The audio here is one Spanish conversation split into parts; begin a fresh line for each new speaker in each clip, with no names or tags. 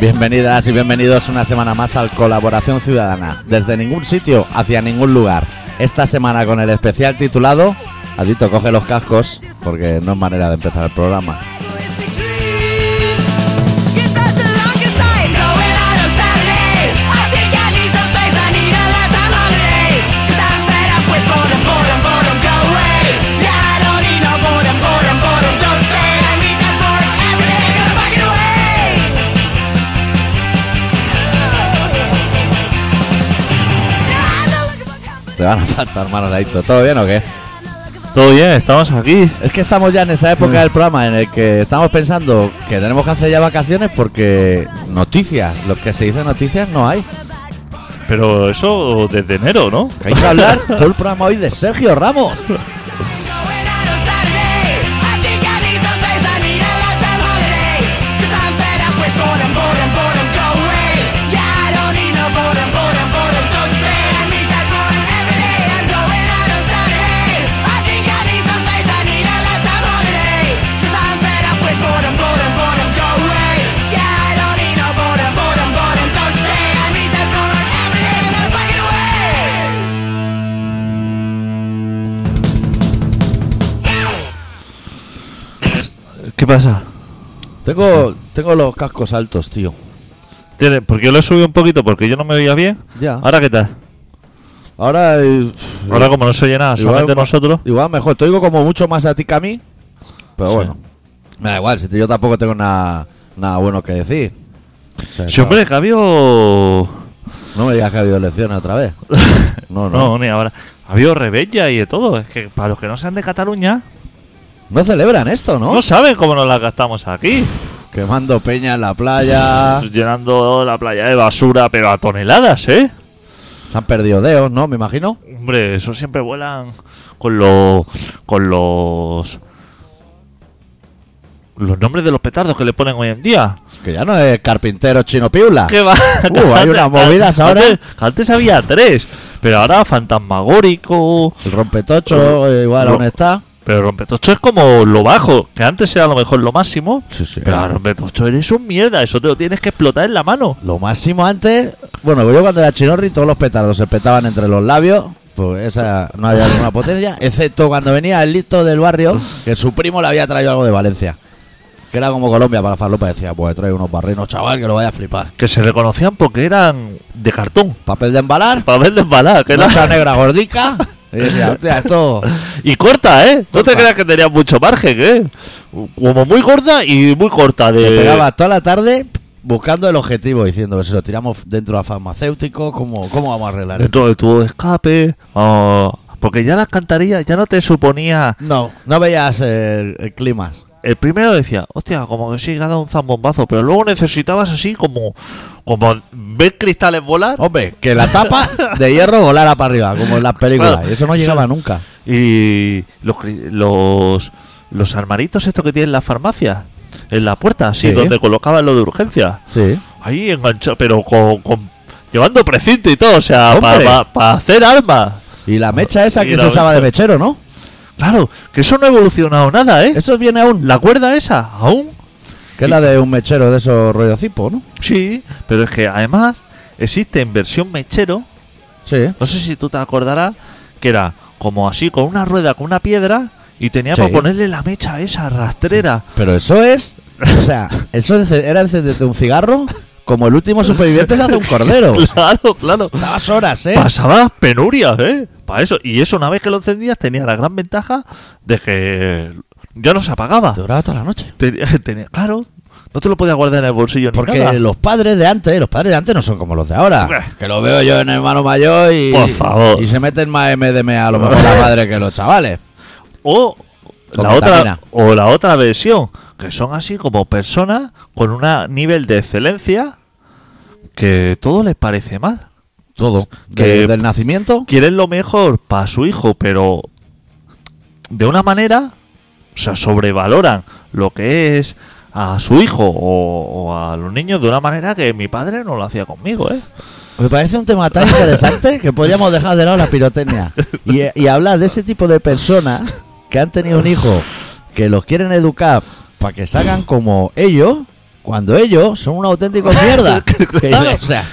Bienvenidas y bienvenidos una semana más al Colaboración Ciudadana, desde ningún sitio hacia ningún lugar. Esta semana con el especial titulado Adito coge los cascos porque no es manera de empezar el programa. Te van a faltar manos, Adito. ¿Todo bien o qué?
Todo bien, estamos aquí. Mm.
Es que estamos ya en esa época del programa en el que estamos pensando que tenemos que hacer ya vacaciones porque noticias, lo que se dice noticias no hay.
Pero eso desde enero, ¿no?
Que hay que hablar todo el programa hoy de Sergio Ramos.
¿Qué pasa?
Tengo, tengo los cascos altos, tío.
Tiene- Porque lo he subido un poquito porque yo no me oía bien.
Ya.
Ahora qué tal?
Ahora, eh,
Ahora como no se oye nada,
Igual
solamente
como-
nosotros.
igual mejor. Te oigo como mucho más a ti que a mí. Pero
Sí.
bueno. Me da igual, si yo tampoco tengo nada, nada bueno que decir. O sea,
Sí, hombre, que ha habido...
No me digas que ha habido elecciones otra vez. No, no.
No, ni ahora. Ha habido rebella y de todo. Es que para los que no sean de Cataluña,
No celebran esto, ¿no?
no saben cómo nos la gastamos aquí. Pues
Quemando peña en la playa.
Llenando la playa de basura, pero a toneladas, ¿eh?
Se han perdido dedos, ¿no? Me imagino.
Hombre, eso siempre vuelan con los. con los. los nombres de los petardos que le ponen hoy en día.
Que ya no es carpintero chino piula.
¿Qué va?
Uh, hay unas movidas ahora.
Antes, antes había tres, pero ahora fantasmagórico.
El rompetocho, eh, igual
No.
aún está.
Pero Rompetocho es como lo bajo, que antes era a lo mejor lo máximo.
Sí, sí.
Pero ahora Rompetocho eres un mierda, eso te lo tienes que explotar en la mano.
Lo máximo antes, bueno, yo cuando era chinorri todos los petardos se petaban entre los labios, pues esa no había ninguna potencia, excepto cuando venía el listo del barrio, que su primo le había traído algo de Valencia, que era como Colombia para la farlopa, decía, pues trae unos barrinos, chaval, que lo vaya a flipar.
Que se reconocían porque eran de cartón.
Papel de embalar,
Para ver de embalar, que era-
masa negra gordica, y decía, hostia, esto...
Y corta, ¿eh? No
Corta.
te creas que tenía mucho margen, ¿eh? Como muy gorda y muy corta de...
Me pegaba toda la tarde buscando el objetivo, diciendo, "Pues si lo tiramos dentro a farmacéutico, ¿cómo, cómo vamos a arreglar esto?
Dentro de tu escape. ah, porque ya las cantarías ya no te suponía...
No, no veías el, el clima.
El primero decía, hostia, como que sí, que ha dado un zambombazo. Pero luego necesitabas así como... Como ver cristales volar.
Hombre, que la tapa de hierro volara para arriba, como en las películas.
Claro.
Y eso no llegaba
Sí.
nunca.
Y los, cri- los... Los armaritos estos que tienen las farmacias. En la puerta, así,
Sí.
donde colocaban lo de urgencia.
Sí.
Ahí enganchado, pero con, con- llevando precinto y todo, o sea, para
Hombre.
hacer armas.
Y la mecha esa
Y
que
la
se usaba de
mecha.
mechero, ¿no?
Claro, que eso no ha evolucionado nada, ¿eh?
Eso viene aún.
La cuerda esa, aún.
Que es la de un mechero de esos rollo cipo, ¿no?
Sí, pero es que además existe en versión mechero,
Sí.
no sé si tú te acordarás, que era como así, con una rueda, con una piedra, y tenía
Sí.
para ponerle la mecha esa rastrera.
Pero eso es. O sea, eso ence- era encenderte un cigarro como el último superviviente se hace un cordero.
Claro, claro.
Estabas horas, ¿eh?
Pasabas penurias, ¿eh? Para eso. Y eso, una vez que lo encendías, tenía la gran ventaja de que ya no se apagaba.
Duraba toda la noche.
Tenía- tenía- claro, no te lo podías guardar en el bolsillo ni
Porque
nada.
los padres de antes, los padres de antes no son como los de ahora.
Hombre.
Que lo veo yo en hermano mayor y.
Por favor.
Y se meten más MDMA a lo mejor la madre que los chavales.
O
Con
la otra
ketamina.
o la otra versión, que son así como personas con un nivel de excelencia que todo les parece mal.
Todo.
Que-
Que del nacimiento.
Quieren lo mejor para su hijo, pero de una manera, o sea, sobrevaloran lo que es a su hijo o, o a los niños de una manera que mi padre no lo hacía conmigo, ¿eh?
Me parece un tema tan interesante que podríamos dejar de lado la pirotecnia y, y hablar de ese tipo de personas que han tenido un hijo que los quieren educar para que salgan como ellos Cuando ellos son una auténtica mierda.
Claro.
Que yo- o sea,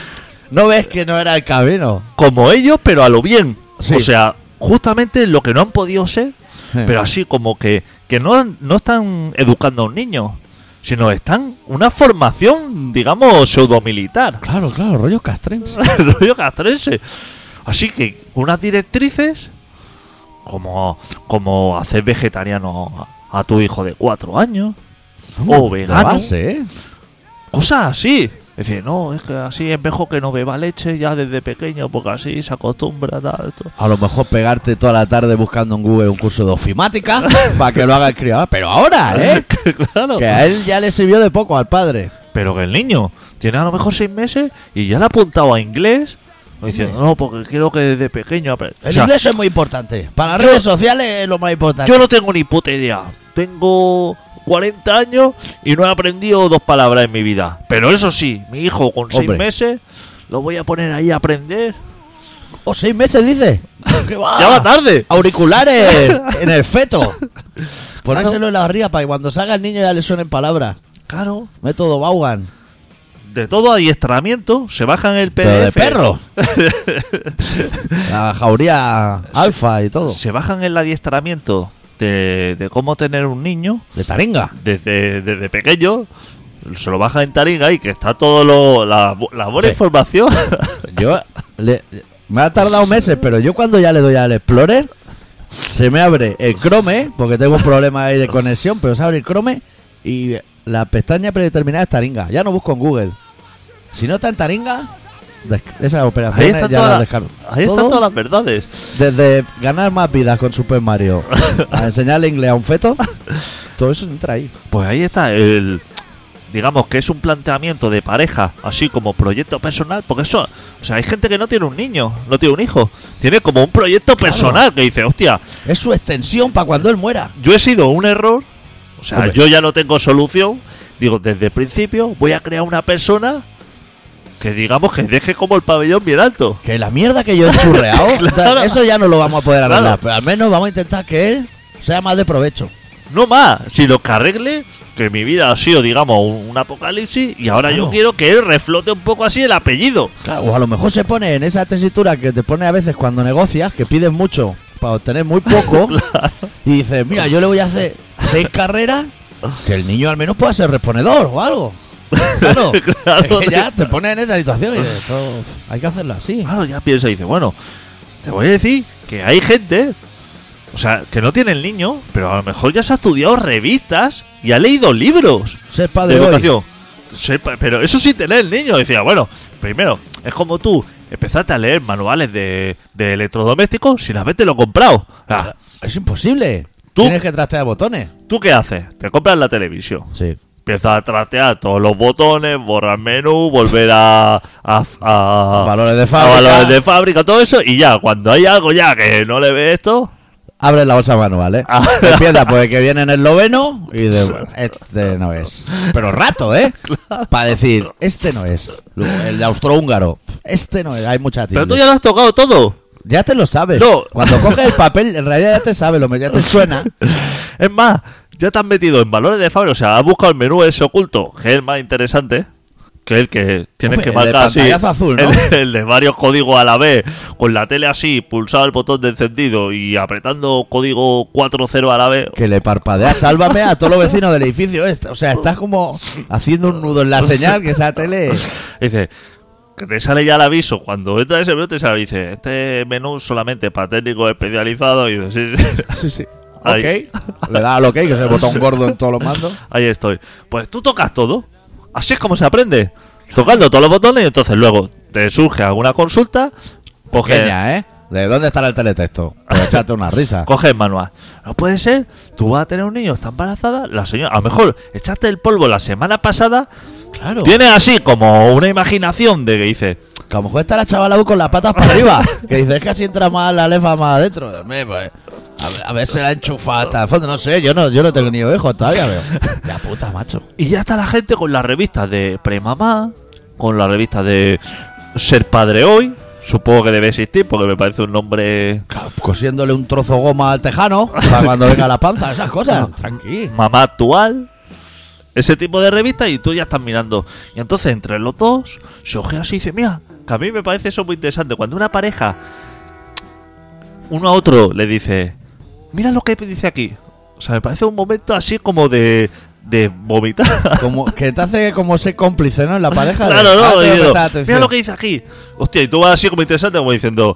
no ves que no era el camino.
Como ellos, pero a lo bien.
Sí.
O sea, justamente lo que no han podido ser, pero así como que, que no, no están educando a un niño, sino están una formación, digamos, pseudo-militar.
claro, claro, rollo castrense.
rollo castrense. Así que unas directrices como, como hacer vegetariano a, a tu hijo de cuatro años, o vegano,
base, ¿eh?
cosas así. Es decir, no, es que así es mejor que no beba leche ya desde pequeño, porque así se acostumbra tal, esto.
A lo mejor pegarte toda la tarde buscando en Google un curso de ofimática para que lo haga el criado. Pero ahora, ¿eh?
claro.
Que a él ya le sirvió de poco al padre.
Pero que el niño tiene a lo mejor seis meses y ya le ha apuntado a inglés. Diciendo, no, porque quiero que desde pequeño apre-". O
El
sea,
inglés es muy importante. Para las redes sociales es lo más importante.
Yo no tengo ni puta idea. Tengo 40 años y no he aprendido dos palabras en mi vida. Pero eso sí, mi hijo con seis
Hombre.
meses lo voy a poner ahí a aprender.
¿O seis meses, dice? ¡Qué va!
¡Ya va tarde!
Auriculares en el feto. Ponérselo en la barriga para que cuando salga el niño ya le suenen palabras.
Claro,
Método Baugan.
de todo adiestramiento se bajan el PDF.
Pero de perro. La jauría alfa y todo.
Se bajan el adiestramiento de, de cómo tener un niño
De taringa.
desde, desde pequeño. Se lo bajan en Taringa y que está todo lo, la, bu- la buena
Sí.
información.
Yo le- me ha tardado meses, pero yo cuando ya le doy al Explorer, se me abre el Chrome, porque tengo un problema ahí de conexión, pero se abre el Chrome y la pestaña predeterminada es Taringa. Ya no busco en Google. Si no está en Taringa, desc- esas
ahí
operaciones
están,
ya las
todas,
descargo.
ahí están
Todo
todas las verdades.
desde ganar más vidas con Super Mario a enseñarle inglés a un feto, todo eso entra ahí.
Pues ahí está el digamos que es un planteamiento de pareja, así como proyecto personal, porque eso, o sea, hay gente que no tiene un niño, no tiene un hijo, tiene como un proyecto personal que dice, hostia,
Es su extensión para cuando él muera.
yo he sido un error, o sea,
Hombre.
yo ya no tengo solución, digo, desde el principio voy a crear una persona que digamos que deje como el pabellón bien alto.
Que la mierda que yo he churreado,
Claro.
eso ya no lo vamos a poder arreglar.
Claro.
Pero al menos vamos a intentar que él sea más de provecho.
No más, sino que arregle que mi vida ha sido, digamos, un, un apocalipsis y ahora yo
Claro.
quiero que él reflote un poco así el apellido.
O a lo mejor se pone en esa tesitura que te pone a veces cuando negocias, que pides mucho para obtener muy poco. Y dices, mira, yo le voy a hacer seis carreras, que el niño al menos pueda ser reponedor o algo. Claro,
Claro,
Es que ya te pones en esa situación y dices, "Esto, hay que hacerlo así.
Claro, ya piensa y dice, bueno, te voy a decir que hay gente, o sea, que no tiene el niño, pero a lo mejor ya se ha estudiado revistas y ha leído libros
Ser
de
padre hoy.
educación. Sepa- pero eso sin tener el niño. Decía, bueno, primero, es como tú empezaste a leer manuales de, de electrodomésticos sin haberte lo comprado. Ah,
Es imposible.
Tú-
Tienes que trastear botones.
¿Tú qué haces? Te compras la televisión.
Sí.
Empiezas a trastear todos los botones, borrar menú, volver a, a- a-
Valores de
a
fábrica.
valores de fábrica, todo eso. Y ya, cuando hay algo ya que no le ve esto,
Abre la bolsa manual, ¿eh?
Ah.
Empieza porque que viene en el noveno y de, bueno, este no es. Pero rato, ¿eh? Para decir, este no es. Luego, El de austrohúngaro, este no es. Hay mucha
Pero tú
tilde.
ya lo has tocado todo.
Ya te lo sabes.
No.
Cuando coges el papel, en realidad ya te sabes, lo, ya te suena.
Es más, ya te has metido en valores de fábrica. O sea, has buscado el menú ese oculto, que es el más interesante. Que es el que tienes
Hombre,
que
el de
marcar así.
pantallazo azul, ¿no?
el, el de varios códigos a la vez. Con la tele así, pulsado el botón de encendido y apretando código 40 a la vez.
Que le parpadea, sálvame a todos los vecinos del edificio. este. O sea, estás como haciendo un nudo en la señal que esa tele.
Y Dice, que te sale ya el aviso. Cuando entra ese menú te sale, dice, este menú solamente para técnicos especializados. Y dices, sí, sí.
Sí, sí.
Ahí.
Ok. Le da al ok, que es el botón gordo en todos los mandos.
Ahí estoy. Pues tú tocas todo. Así es como se aprende. Tocando todos los botones y entonces luego te surge alguna consulta, coges,
Pequeña, ¿eh? ¿De dónde estará el teletexto? Para echarte una risa.
coges el manual. No puede ser, tú vas a tener un niño, está embarazada, la señora, a lo mejor echaste el polvo la semana pasada,
Claro.
tienes así como una imaginación de que dices,
Que a lo mejor está la chavala con las patas para arriba. Que dices que si entra más la lefa más adentro. Hombre, pues, A ver, a ver si la enchufa hasta el fondo. No sé, yo no, yo no tengo ni hijos todavía, pero. Ya puta, macho.
y ya está la gente con las revistas de Premamá, con la revista de Ser Padre Hoy, supongo que debe existir porque me parece un nombre...
Cosiéndole un trozo goma al tejano para cuando venga la panza, esas cosas. Tranqui.
Mamá actual. ese tipo de revista y tú ya estás mirando. Y entonces entre los dos se ojea así y dice, mira, que a mí me parece eso muy interesante. Cuando una pareja, uno a otro le dice, mira lo que dice aquí. O sea, me parece un momento así como de, de vomitar.
Como, que te hace como ser cómplice, ¿no? En la pareja. de-
Claro,
Ah,
no,
tengo que
digo,
prestar atención.
mira lo que dice aquí. Hostia, y tú vas así como interesante, como diciendo,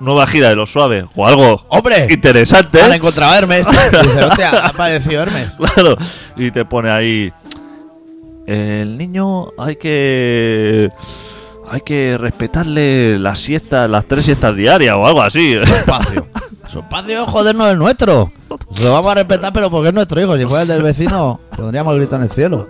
nueva gira de los suaves o algo
¡Hombre!
interesante.
Ahora encontraba Hermes. Dice, hostia, ha aparecido Hermes.
Claro. Y te pone ahí. El niño hay que. Hay que respetarle las siestas, las tres siestas diarias o algo así.
Espacio. Su espacio, joder, no es nuestro. Lo vamos a respetar, pero porque es nuestro hijo. Si fuera el del vecino, pondríamos el grito en el cielo.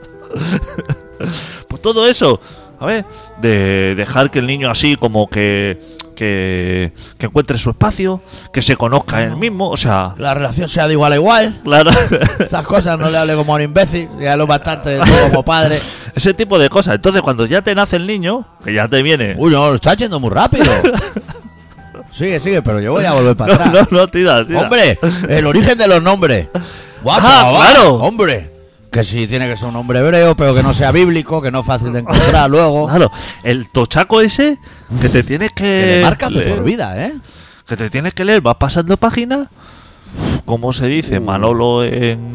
Pues todo eso. A ver, de dejar que el niño así como que. Que, que encuentre su espacio, que se conozca él mismo, o sea,
La relación sea de igual a igual.
claro,
Esas cosas no le hable como a un imbécil. Le hablo bastante tú como padre.
ese tipo de cosas. Entonces, cuando ya te nace el niño, que ya te viene,
Uy, no, lo está yendo muy rápido. Sigue, sigue, pero yo voy a volver para
no,
atrás.
no, no, tira, tira.
Hombre, el origen de los nombres. Guau,
Ah,
chaval,
claro.
Hombre. Que sí, tiene que ser un nombre hebreo, pero que no sea bíblico, que no es fácil de encontrar luego.
Claro, el tochaco ese que te tienes que.
Que le marcas de
leer,
por vida, ¿eh?
Que te tienes que leer, vas pasando páginas. Uf, ¿Cómo se dice? Manolo en,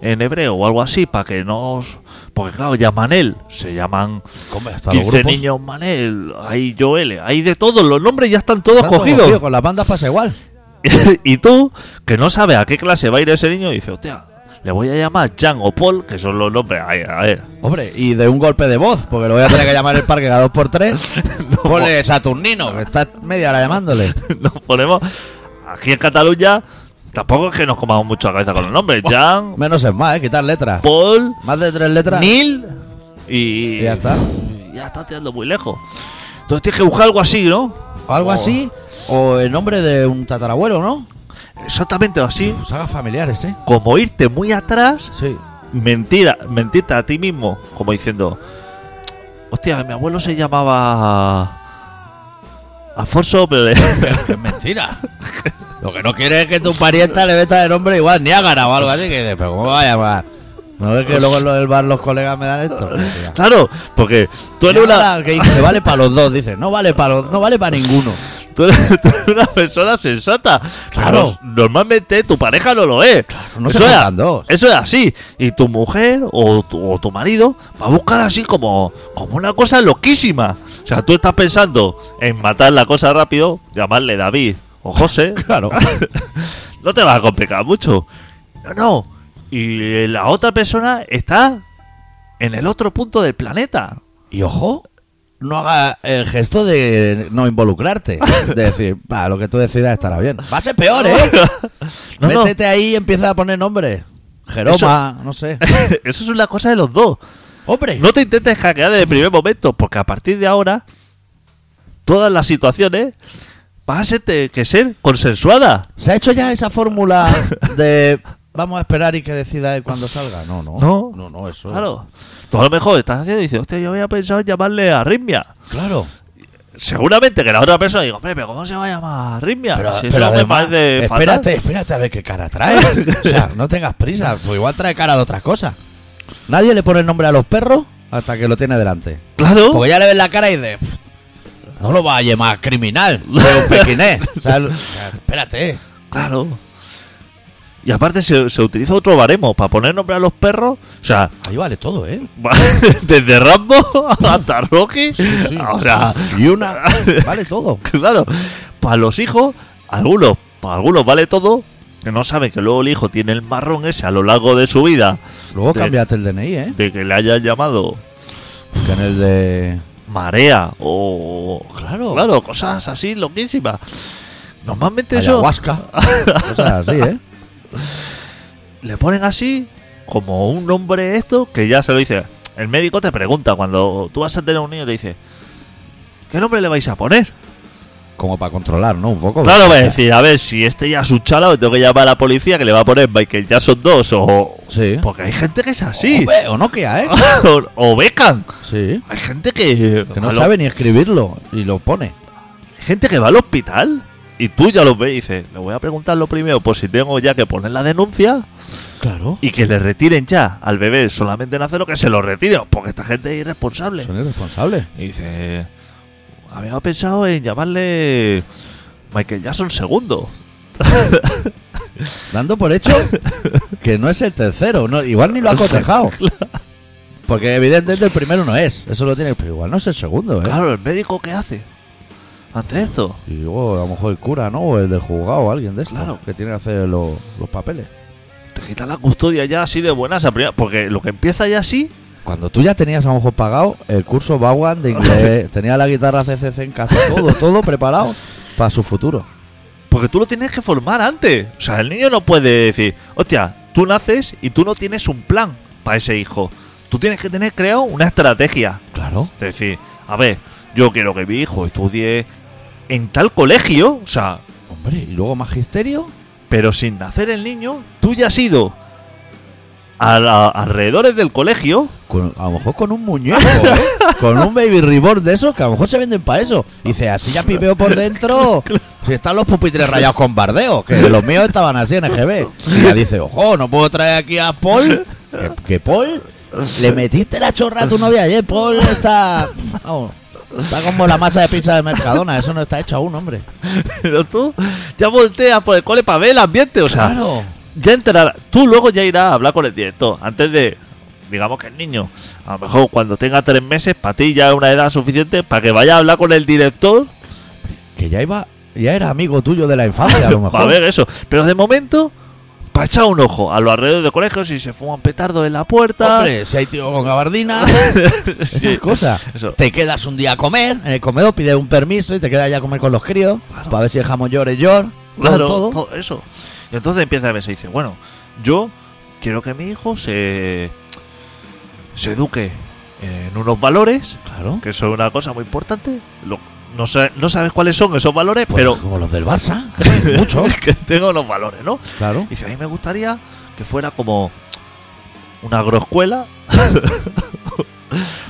en hebreo o algo así, para que no. os- Porque claro, ya Manel, se llaman
Hombre, hasta los
15
grupos.
niños Manel, hay Joel, hay de todos, los nombres ya están todos
Tanto
cogidos.
cogido, Con las bandas pasa igual.
y tú, que no sabes a qué clase va a ir ese niño, dices, hostia, le voy a llamar Jan o Paul, que son los nombres. Ay, a ver,
Hombre, y de un golpe de voz, porque lo voy a tener que llamar el parque cada dos por tres. Ponle Saturnino, que está media hora llamándole.
nos ponemos aquí en Cataluña. Tampoco es que nos comamos mucho la cabeza con los nombres. Jan,
Menos es más, ¿eh? Quitar letras.
Paul,
Más de tres letras.
Neil y.
Y ya está.
Ya está tirando muy lejos. Entonces tienes que buscar algo así, ¿no?
O algo
O-
así. O el nombre de un tatarabuelo, ¿no?
Exactamente así.
Sagas familiares, ¿eh?
Como irte muy atrás,
Sí.
mentira, mentirte a ti mismo. Como diciendo: Hostia, mi abuelo se llamaba. Afonso, pero le-
Es mentira. Lo que no quiere es que tu parienta le meta de nombre igual Niágara o algo así. Que dices, pero ¿cómo va a llamar? Pues ¿No ves que luego en lo del bar los colegas me dan esto? Pues Mentira.
Claro, porque tú eres una.
Niágara, que dice, vale para los dos, dice, no vale para los, no vale para ninguno.
Tú eres, tú eres una persona sensata.
Claro.
Claro. normalmente tu pareja no lo es.
no se
eso, es,
juntan dos.
eso es así. Y tu mujer o tu, o tu marido va a buscar así como, como una cosa loquísima. O sea, tú estás pensando en matar la cosa rápido, llamarle David o José.
Claro.
no te va a complicar mucho. No, no. Y la otra persona está en el otro punto del planeta.
Y ojo, no haga el gesto de no involucrarte. De decir, va, lo que tú decidas estará bien. Va a ser peor, ¿eh?
No, no.
Métete ahí y empieza a poner nombres. Jeroma, no sé.
Eso es una cosa de los dos.
Hombre,
No te intentes hackear desde el primer momento, porque a partir de ahora, todas las situaciones van a ser te- que ser consensuadas.
¿se ha hecho ya esa fórmula de vamos a esperar y que decida él cuando salga? No, no.
No.
no, eso.
Claro. Tú a lo mejor estás haciendo y dices, hostia, yo había pensado en llamarle arritmia.
Claro.
Seguramente que la otra persona diga, hombre, pero ¿cómo se va a llamar arritmia?
Pero,
Si
pero
eso me
además,
parece fatal".
espérate, espérate a ver qué cara trae. O sea, no tengas prisa, pues igual trae cara de otras cosas. Nadie le pone el nombre a los perros hasta que lo tiene delante.
Claro.
Porque ya le ves la cara y dices, "Pff, no lo va a llamar criminal, pero un pequinés. O sea, lo- o sea, espérate.
Claro. Y aparte se, se utiliza otro baremo para poner nombre a los perros. O sea,
Ahí vale todo, ¿eh?
va desde Rambo hasta Rocky.
sí.
O sea,
Y una, vale todo.
Claro, para los hijos, algunos, para algunos vale todo, que no saben que luego el hijo tiene el marrón ese a lo largo de su vida,
Luego
Te-
cambiaste el DNI, ¿eh?
de que le hayan llamado
Que en el de...
marea o.
Claro.
Claro, cosas así loquísimas. Normalmente eso
Ayahuasca. Cosas así, ¿eh?
le ponen así, como un nombre esto, que ya se lo dice. El médico te pregunta cuando tú vas a tener un niño, te dice. ¿Qué nombre le vais a poner?
Como para controlar, ¿no? Un poco.
Claro, va a
porque-
decir, a ver, si este ya es un chalado, tengo que llamar a la policía que le va a poner Michael Jackson 2 o,
Sí.
Porque hay gente que es así.
O, ve- o Nokia, ¿eh?
Ah. o, o becan.
Sí.
Hay gente que,
Que no
va al-
sabe ni escribirlo y lo pone.
hay gente que va al hospital y tú ya los ves y dices, le voy a preguntar lo primero por si tengo ya que poner la denuncia
Claro.
Y que le retiren ya al bebé solamente lo que se lo retiren, porque esta gente es irresponsable.
Son irresponsables.
Y dice, había pensado en llamarle Michael Jackson segundo.
Dando por hecho que no es el tercero. no- igual ni lo ha cotejado. Porque evidentemente el primero no es. Eso lo tiene. Pero igual no es el segundo, ¿eh?
Claro, ¿el médico qué hace ante esto?
Y digo, a lo mejor el cura, ¿no? O el del juzgado o alguien de estos.
Claro.
Que tiene que hacer lo- los papeles.
Te quita la custodia ya así de buenas a primera, porque lo que empieza ya así,
Cuando tú ya tenías a lo mejor pagado el curso Bowen de inglés, tenía la guitarra CCC en casa, todo, todo preparado para su futuro.
porque tú lo tienes que formar antes. O sea, el niño no puede decir, hostia, tú naces y tú no tienes un plan para ese hijo. Tú tienes que tener, creo, una estrategia.
Claro.
Es decir, a ver, yo quiero que mi hijo estudie en tal colegio, o sea,
Hombre, y luego magisterio.
pero sin nacer el niño, tú ya has ido a la- alrededores del colegio.
Con- a lo mejor con un muñeco, ¿eh? con un baby reborn de esos que a lo mejor se venden para eso. Y dice, así ya pipeo por dentro. Si están los pupitres rayados con bardeo, que los míos estaban así en EGB. Y ya dice, ojo, no puedo traer aquí a Paul. Que, que Paul, le metiste la chorra a tu novia ayer. Paul está. vamos, está como la masa de pizza de Mercadona. Eso no está hecho aún, hombre.
Pero tú ya volteas por el cole para ver el ambiente, o sea,
Claro.
ya entrará. Tú luego ya irás a hablar con el director, antes de, digamos que el niño, a lo mejor cuando tenga tres meses, para ti ya es una edad suficiente para que vaya a hablar con el director
Que ya iba. Ya era amigo tuyo de la infancia, a lo mejor.
para ver eso. Pero de momento, para echar un ojo a los alrededores de colegios y se fuman petardos en la puerta.
Hombre, si hay tío con gabardina.
Sí,
Esas cosas.
eso.
Te quedas un día a comer en el comedor, pides un permiso y te quedas ya a comer con los críos para ver si el jamón llore llor.
Claro,
todo.
todo eso. Y entonces empieza a verse y dice, bueno, yo quiero que mi hijo se, se eduque en unos valores,
Claro.
que son una cosa muy importante. Lo- no, sa- no sabes cuáles son esos valores,
Pues
pero
como los del Barça, que hay muchos.
que tengo los valores, ¿no?
Claro.
Y dice, a mí me gustaría que fuera como una agroescuela.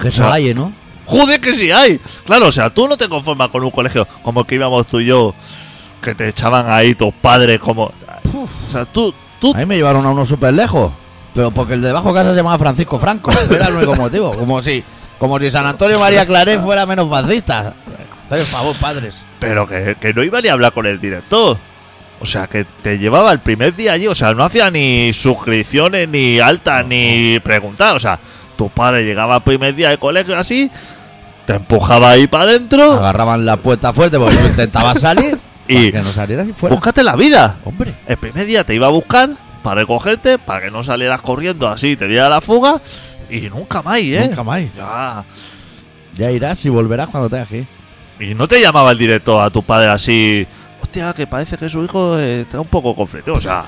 Que se
Ah.
valle, ¿no?
¡Joder, que sí hay! Claro, o sea, tú no te conformas con un colegio como el que íbamos tú y yo, que te echaban ahí tus padres como... O sea, tú... tú
A mí me llevaron a uno súper lejos. Pero porque el de bajo casa se llamaba Francisco Franco. Era el único motivo. Como si, como si San Antonio María Claret fuera menos fascista. Por favor, padres.
Pero que, que no iba ni a hablar con el director. O sea, que te llevaba el primer día allí. O sea, no hacía ni suscripciones, ni altas, ni preguntar. O sea, tu padre llegaba el primer día de colegio así, te empujaba ahí para adentro
Agarraban la puerta fuerte porque tú intentabas salir.
Y-
para que no salieras y fuera.
búscate la vida.
Hombre.
El primer día te iba a buscar para recogerte, para que no salieras corriendo así, te diera la fuga. Y nunca más, ¿eh?
Nunca más.
Ya.
Ya irás y volverás cuando tengas que ir.
Y no te llamaba el director a tu padre así. Hostia, que parece que su hijo eh, está un poco conflictivo. O sea,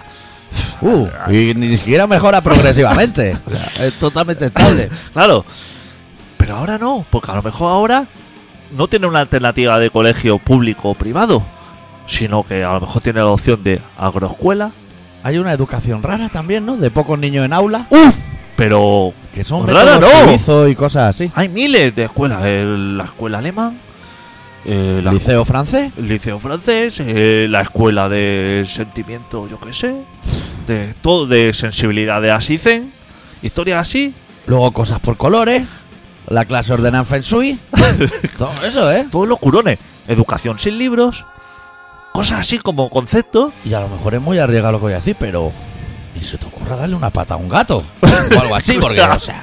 Uh,
Ah.
y ni siquiera mejora progresivamente. O sea, es totalmente estable.
Claro. Pero ahora no, porque a lo mejor ahora no tiene una alternativa de colegio público o privado, sino que a lo mejor tiene la opción de agroescuela.
Hay una educación rara también, ¿no? De pocos niños en aula.
¡Uf! Pero
Que son
Uh, Rara
métodos
no.
suizos y cosas así.
hay miles de escuelas. El- la escuela alemán, eh, la-
Liceo francés.
el liceo francés, eh, la escuela de sentimiento, yo qué sé, de todo, de sensibilidad de Asizen, historias así.
Luego cosas por colores. La clase ordenada en Feng Shui. Todo eso, ¿eh?
Todos los curones, educación sin libros, cosas así como conceptos
Y a lo mejor es muy arriesgado lo que voy a decir, pero. Ni se te ocurra darle una pata a un gato. O algo así, porque, o sea.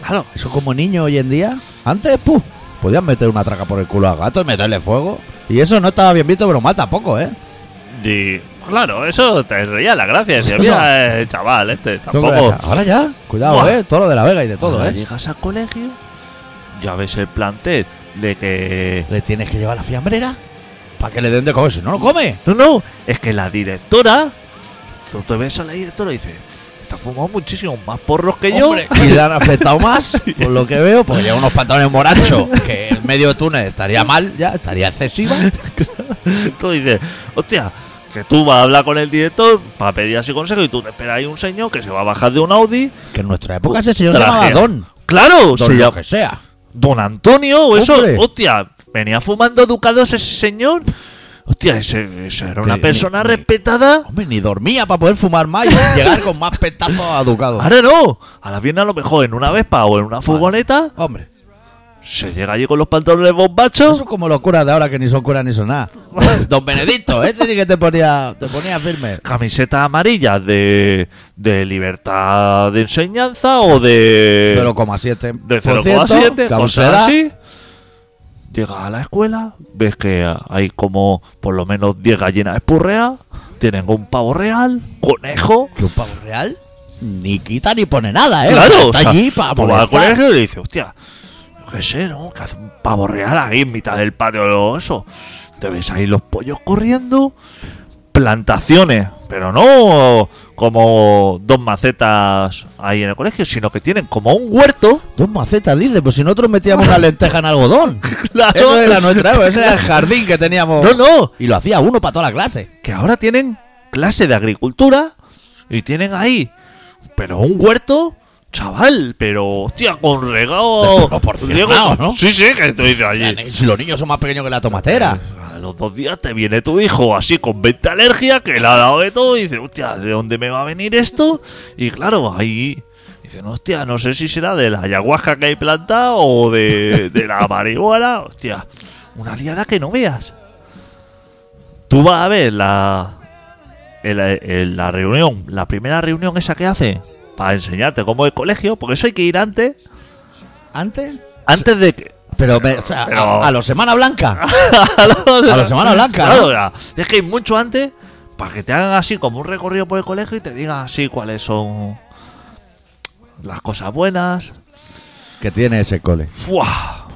Claro.
Eso como niño hoy en día. Antes, puh. Podías meter una traca por el culo al gato y meterle fuego. Y eso no estaba bien visto, pero mal tampoco, ¿eh?
Y, claro, eso te reía la gracia. Decía, mira, eh, chaval, este tampoco.
Ahora ya- Ahora ya, cuidado,
Buah.
eh, todo lo de la Vega y de todo,
Ahora
eh.
Llegas al colegio, ya ves el plantel de que.
Le tienes que llevar la fiambrera para que le den de comer, si no lo come.
No, no, es que la directora. Tú te ves a la directora y dices, está fumando muchísimo más porros que yo.
Hombre, Y le han afectado más, por lo que veo, porque lleva unos pantalones moranchos, que en medio de túnel estaría mal, ya, estaría excesiva.
Tú dices, hostia, que tú vas a hablar con el director para pedir así consejo y tú te esperas ahí un señor que se va a bajar de un Audi.
Que en nuestra época ese señor se
Traje.
llamaba Don.
Claro,
Don
se
lo
llama-
que sea.
Don Antonio o eso,
Hombre.
hostia, venía fumando ducados ese señor Hostia, ese, ese era una
Que-
persona
ni- ni-
respetada.
Hombre, ni dormía para poder fumar más y llegar con más petazos a Ducado.
Ahora no. A la viene a lo mejor en una Vespa o en una furgoneta.
Hombre,
Se llega allí con los pantalones bombachos.
eso es como los curas de ahora que ni son curas ni son nada. Don Benedicto, ese sí que te ponía, te ponía firme.
Camisetas amarillas de, de libertad de enseñanza o de.
0,7.
Eh, de
por
0,7,
ciento,
cosas
causera.
así. Llegas a la escuela, ves que hay como por lo menos 10 gallinas espurreas, tienen un pavo real, conejo.
Que un pavo real ni quita ni pone nada, ¿eh?
claro, o
Está
sea,
allí para
tú vas
molestar.
al colegio y dices, hostia, yo qué sé, ¿no? Que hace un pavo real ahí en mitad del patio, eso. Te ves ahí los pollos corriendo, plantaciones, pero no como dos macetas ahí en el colegio, sino que tienen como un huerto.
Dos macetas, dice, pues si nosotros metíamos la lenteja en algodón.
Claro.
Eso era nuestra época, ese era el jardín que teníamos.
No, no,
Y lo hacía uno para toda la clase.
que ahora tienen clase de agricultura y tienen ahí, pero un huerto, chaval, pero hostia, con regado.
Desproporcionado,
riego-
¿no?
Sí, sí, que estoy dices allí.
Si los niños son más pequeños que la tomatera.
Pues, A los dos días te viene tu hijo así con 20 alergias que le ha dado de todo y dice, hostia, ¿de dónde me va a venir esto? Y claro, ahí dice, hostia, no sé si será de la ayahuasca que hay plantada o de, de la marihuana, hostia, una liada que no veas. Tú vas a ver la, en la, en la reunión, la primera reunión esa que hace para enseñarte cómo es el colegio, porque eso hay que ir antes,
Antes.
antes de que...
Pero, me- o sea,
Pero-
A, a los Semana Blanca.
a los-
A la Semana Blanca,
Claro,
¿no?
ya. es que ir mucho antes para que te hagan así como un recorrido por el colegio y te digan así cuáles son las cosas buenas.
que tiene ese cole.
¡Fua!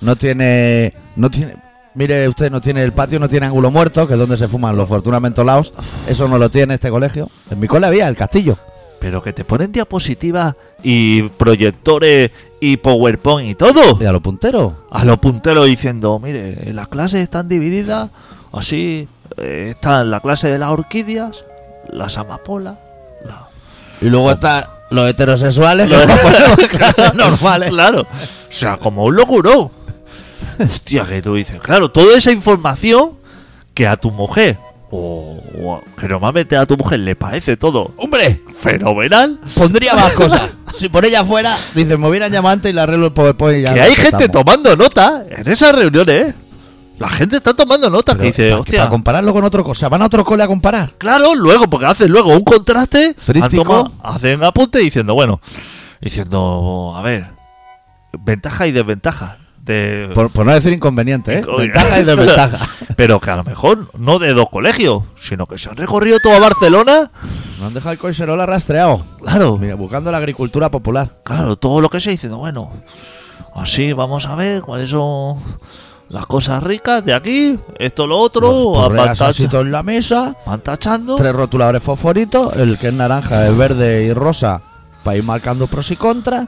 No tiene. No tiene. Mire usted, no tiene el patio, no tiene ángulo muerto, que es donde se fuman los fortunamentos laos. Eso no lo tiene este colegio. En mi cole había el castillo.
Pero que te ponen diapositivas y proyectores y PowerPoint y todo.
Y a los punteros.
A los punteros diciendo, mire, las clases están divididas así. eh, están la clase de las orquídeas, las amapolas, la-
Y
Oh.
luego están los heterosexuales,
Los-
que no ponemos clases normales.
Claro. O sea, como un locuro. Hostia, que tú dices. Claro, toda esa información que a tu mujer, o, o a- que normalmente a tu mujer le parece todo
¡Hombre!
fenomenal,
Pondría más cosas. Si por ella fuera, dice, me hubieran llamado antes y le arreglo el PowerPoint y ya.
que
lo
hay gente
tratamos.
tomando nota en esas reuniones. ¿eh? La gente está tomando nota
Pero
que dice,
para-
hostia.
Para compararlo con otro cosa. Van a otro cole a comparar.
Claro, luego, porque hacen luego un contraste, han
Tríptico.
tomado- hacen apunte diciendo, bueno, diciendo, a ver, ventaja y desventaja. De,
Por, por no decir inconveniente, ¿eh?
Oiga.
Ventaja y desventaja.
Pero que a lo mejor no de dos colegios, sino que se han recorrido toda Barcelona.
No han dejado el coiserola rastreado.
Claro,
Mira, buscando la agricultura popular.
claro, todo lo que se dice, bueno, así vamos a ver cuáles son las cosas ricas de aquí, esto, lo otro,
Los turregas
van
así
tacha-
todo en la mesa.
van tachando.
Tres rotuladores fosforitos. El que es naranja, el verde y rosa. Para ir marcando pros y contras.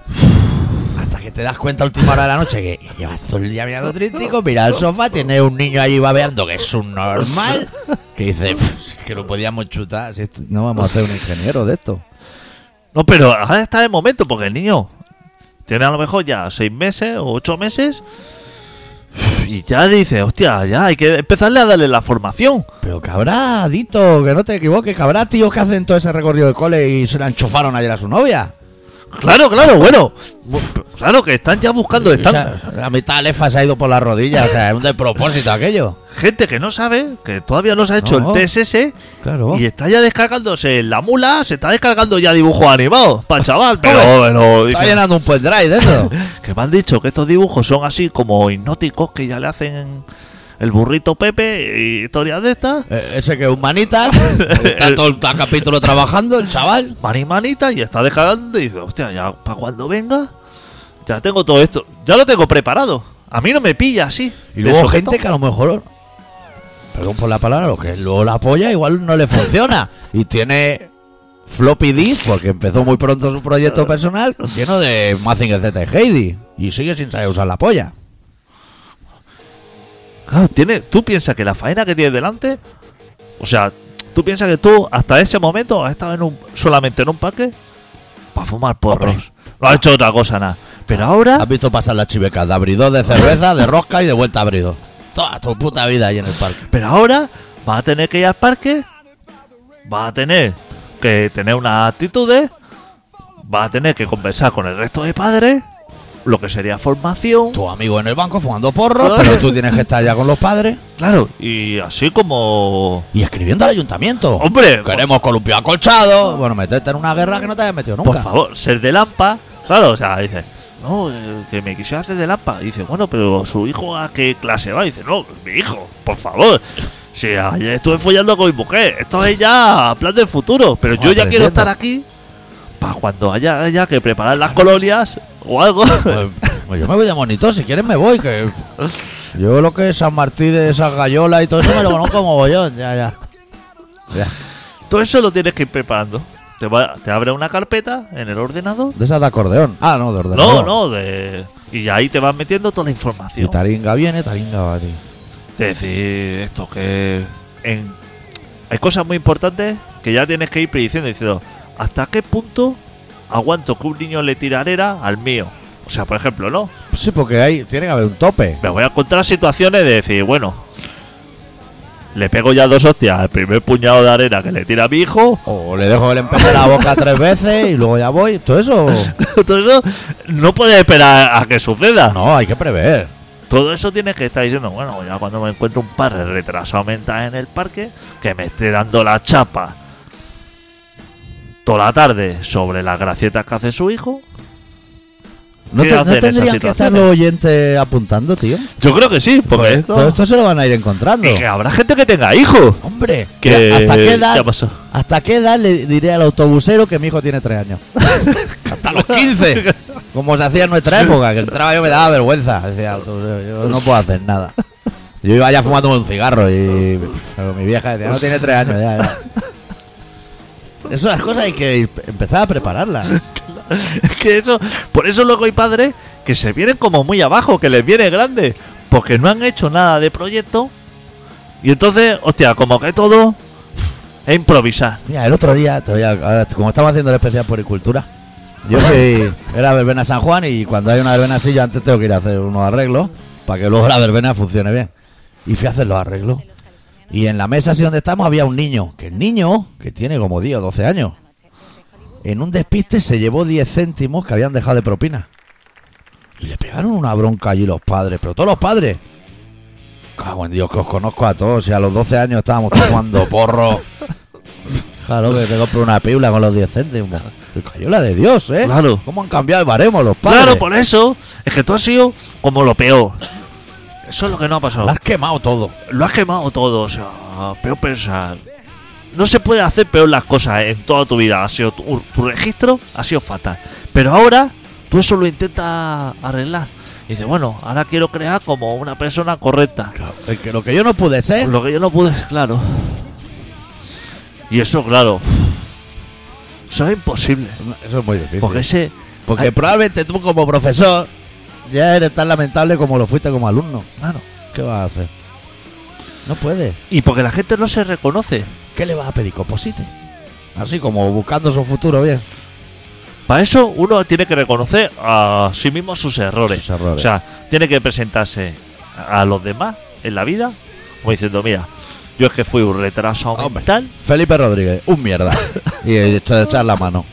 Hasta que te das cuenta a última hora de la noche que que llevas todo el día mirando trístico, mira el sofá, tiene un niño allí babeando que es un normal, que dice "Pff, es que lo podíamos chutar, si esto- no vamos a hacer un ingeniero de esto.
No, pero ahora está el momento, porque el niño tiene a lo mejor ya seis meses o ocho meses. Y ya dice, hostia, ya hay que empezarle a darle la formación.
Pero cabrá, Dito, que no te equivoques, que habrá tíos que hacen todo ese recorrido de cole y se la enchufaron ayer a su novia.
Claro, claro, bueno. Claro que están ya buscando,
O
están,
sea, la mitad de Lefa se ha ido por las rodillas, o sea, es un despropósito aquello.
gente que no sabe, que todavía no se ha hecho
No.
el TSS
Claro.
y está ya descargándose en la mula, se está descargando ya dibujos animados para chaval, pero, pero
Está
dicen
llenando un pendrive de eso.
que me han dicho que estos dibujos son así como hipnóticos que ya le hacen el burrito Pepe y historias de estas.
Eh, Ese que es un manita, está todo el capítulo trabajando, el chaval.
Mani manita y está descargando y dice, hostia, ya para cuando venga, ya tengo todo esto, ya lo tengo preparado. A mí no me pilla así.
Y
de
luego
sujeto.
gente que a lo mejor, perdón por la palabra, lo que luego la polla igual no le funciona. Y tiene floppy disk, porque empezó muy pronto su proyecto personal, lleno de Mazinger Z y Heidi. Y sigue sin saber usar la polla.
Claro, tiene, tú piensas que la faena que tienes delante, o sea, tú piensas que tú hasta ese momento has estado en un, solamente en un parque para fumar porros. No has hecho otra cosa nada. Pero ahora,
Has visto pasar las chivecas de abridor de cerveza, de rosca y de vuelta a abridor. toda tu puta vida ahí en el parque.
Pero ahora va a tener que ir al parque, va a tener que tener unas actitudes, va a tener que conversar con el resto de padres, lo que sería formación.
Tu amigo en el banco fumando
Ah.
porros, pero tú tienes que estar ya con los padres
Claro, y así como.
y escribiendo al ayuntamiento.
¡Hombre!
Queremos columpio acolchado. Bueno, meterte en una guerra que no te hayas metido nunca.
Por favor, ser de Lampa. Claro, o sea, dice, no, eh, que me quisiera hacer de Lampa. Y dice, bueno, pero su hijo a qué clase va. Y dice, no, mi hijo, por favor. Si ayer estuve follando con mi mujer, esto es ya plan del futuro. Pero yo
Estamos
ya
aprendiendo.
quiero estar aquí para cuando haya, haya que preparar las colonias o algo.
Pues, pues yo me voy de monitor, si quieres me voy. Que yo lo que es San Martín de esas gallolas y todo eso me lo conozco como bollón. Ya, ya. Ya.
Todo eso lo tienes que ir preparando. Te, va- te abre una carpeta en el ordenador.
De esas de acordeón. Ah, no, de
No,
ordenador.
no, de... Y ahí te vas metiendo toda la
Y
información.
Taringa viene, Taringa va, tío.
decir esto que en- hay cosas muy importantes que ya tienes que ir prediciendo diciendo hasta qué punto aguanto que un niño le tirarera al mío o sea por ejemplo no
Sí, porque ahí tiene que haber un tope.
me voy a encontrar situaciones de decir bueno le pego ya dos hostias al primer puñado de arena que le tira a mi hijo
O le dejo el empezar la boca tres veces y luego ya voy. Todo eso.
todo eso no puedes esperar a que suceda
No, hay que prever.
Todo eso tienes que estar diciendo, bueno, ya cuando me encuentro un par de retrasado mental en el parque, que me esté dando la chapa toda la tarde sobre las gracietas que hace su hijo.
¿No,
¿Qué
te- no
hacer en esas
tendrían que estar
situaciones?
los oyentes apuntando, tío?
Yo creo que sí, porque
Pues
esto-
Todo esto se lo van a ir encontrando.
Y que habrá gente que tenga hijos.
Hombre,
Que,
¿hasta qué edad?
ya pasó.
¿Hasta qué edad le diré al autobusero que mi hijo tiene tres años? Hasta los 15. Como se hacía en nuestra época, que entraba yo me daba vergüenza. Decía, autobusero, yo no puedo hacer nada. Yo iba ya fumando un cigarro y pero mi vieja decía, no tiene tres años ya. ya". Esas cosas hay que ir- empezar a prepararlas.
Es que eso, por eso luego hay padres que se vienen como muy abajo, que les viene grande, porque no han hecho nada de proyecto. Y entonces, hostia, como que todo es improvisar.
Mira, el otro día, te voy a- ahora, como estamos haciendo el especial Poricultura, yo fui, era verbena San Juan y cuando hay una verbena así yo antes tengo que ir a hacer unos arreglos para que luego la verbena funcione bien. Y fui a hacer los arreglos. Y en la mesa así donde estamos había un niño, que el niño, que tiene como 10 o 12 años, en un despiste se llevó 10 céntimos que habían dejado de propina. Y le pegaron una bronca allí los padres, pero todos los padres. Cago en Dios, que os conozco a todos. Y a los 12 años estábamos todos jugando porro. Claro que te compro una piula con los 10 céntimos. Cayola de Dios, ¿eh?
Claro.
¿Cómo han cambiado el baremo los padres?
Claro, por eso es que tú has sido como lo peor. Eso es lo que no ha pasado.
Lo has quemado todo.
Lo has quemado todo, o sea, peor pensar. No se puede hacer peor las cosas en toda tu vida. Ha sido tu, tu registro ha sido fatal. Pero ahora tú eso lo intentas arreglar. Y dices, bueno, ahora quiero crear como una persona correcta.
El que- Lo que yo no pude ser.
Lo que yo no pude, claro. Y eso, claro. Eso es imposible.
Eso es muy difícil.
Porque ese.
Porque
Ay.
probablemente tú como profesor ya eres tan lamentable como lo fuiste como alumno.
Claro.
¿Qué vas a hacer? No puedes.
Y porque la gente no se reconoce.
¿Qué le vas a pedir? Composite. Así como buscando su futuro bien.
Para eso uno tiene que reconocer a sí mismo sus errores.
Sus errores.
O sea, tiene que presentarse a los demás en la vida como diciendo, mira, yo es que fui un retraso
Hombre.
mental.
Felipe Rodríguez, un mierda. y he hecho de echar la mano.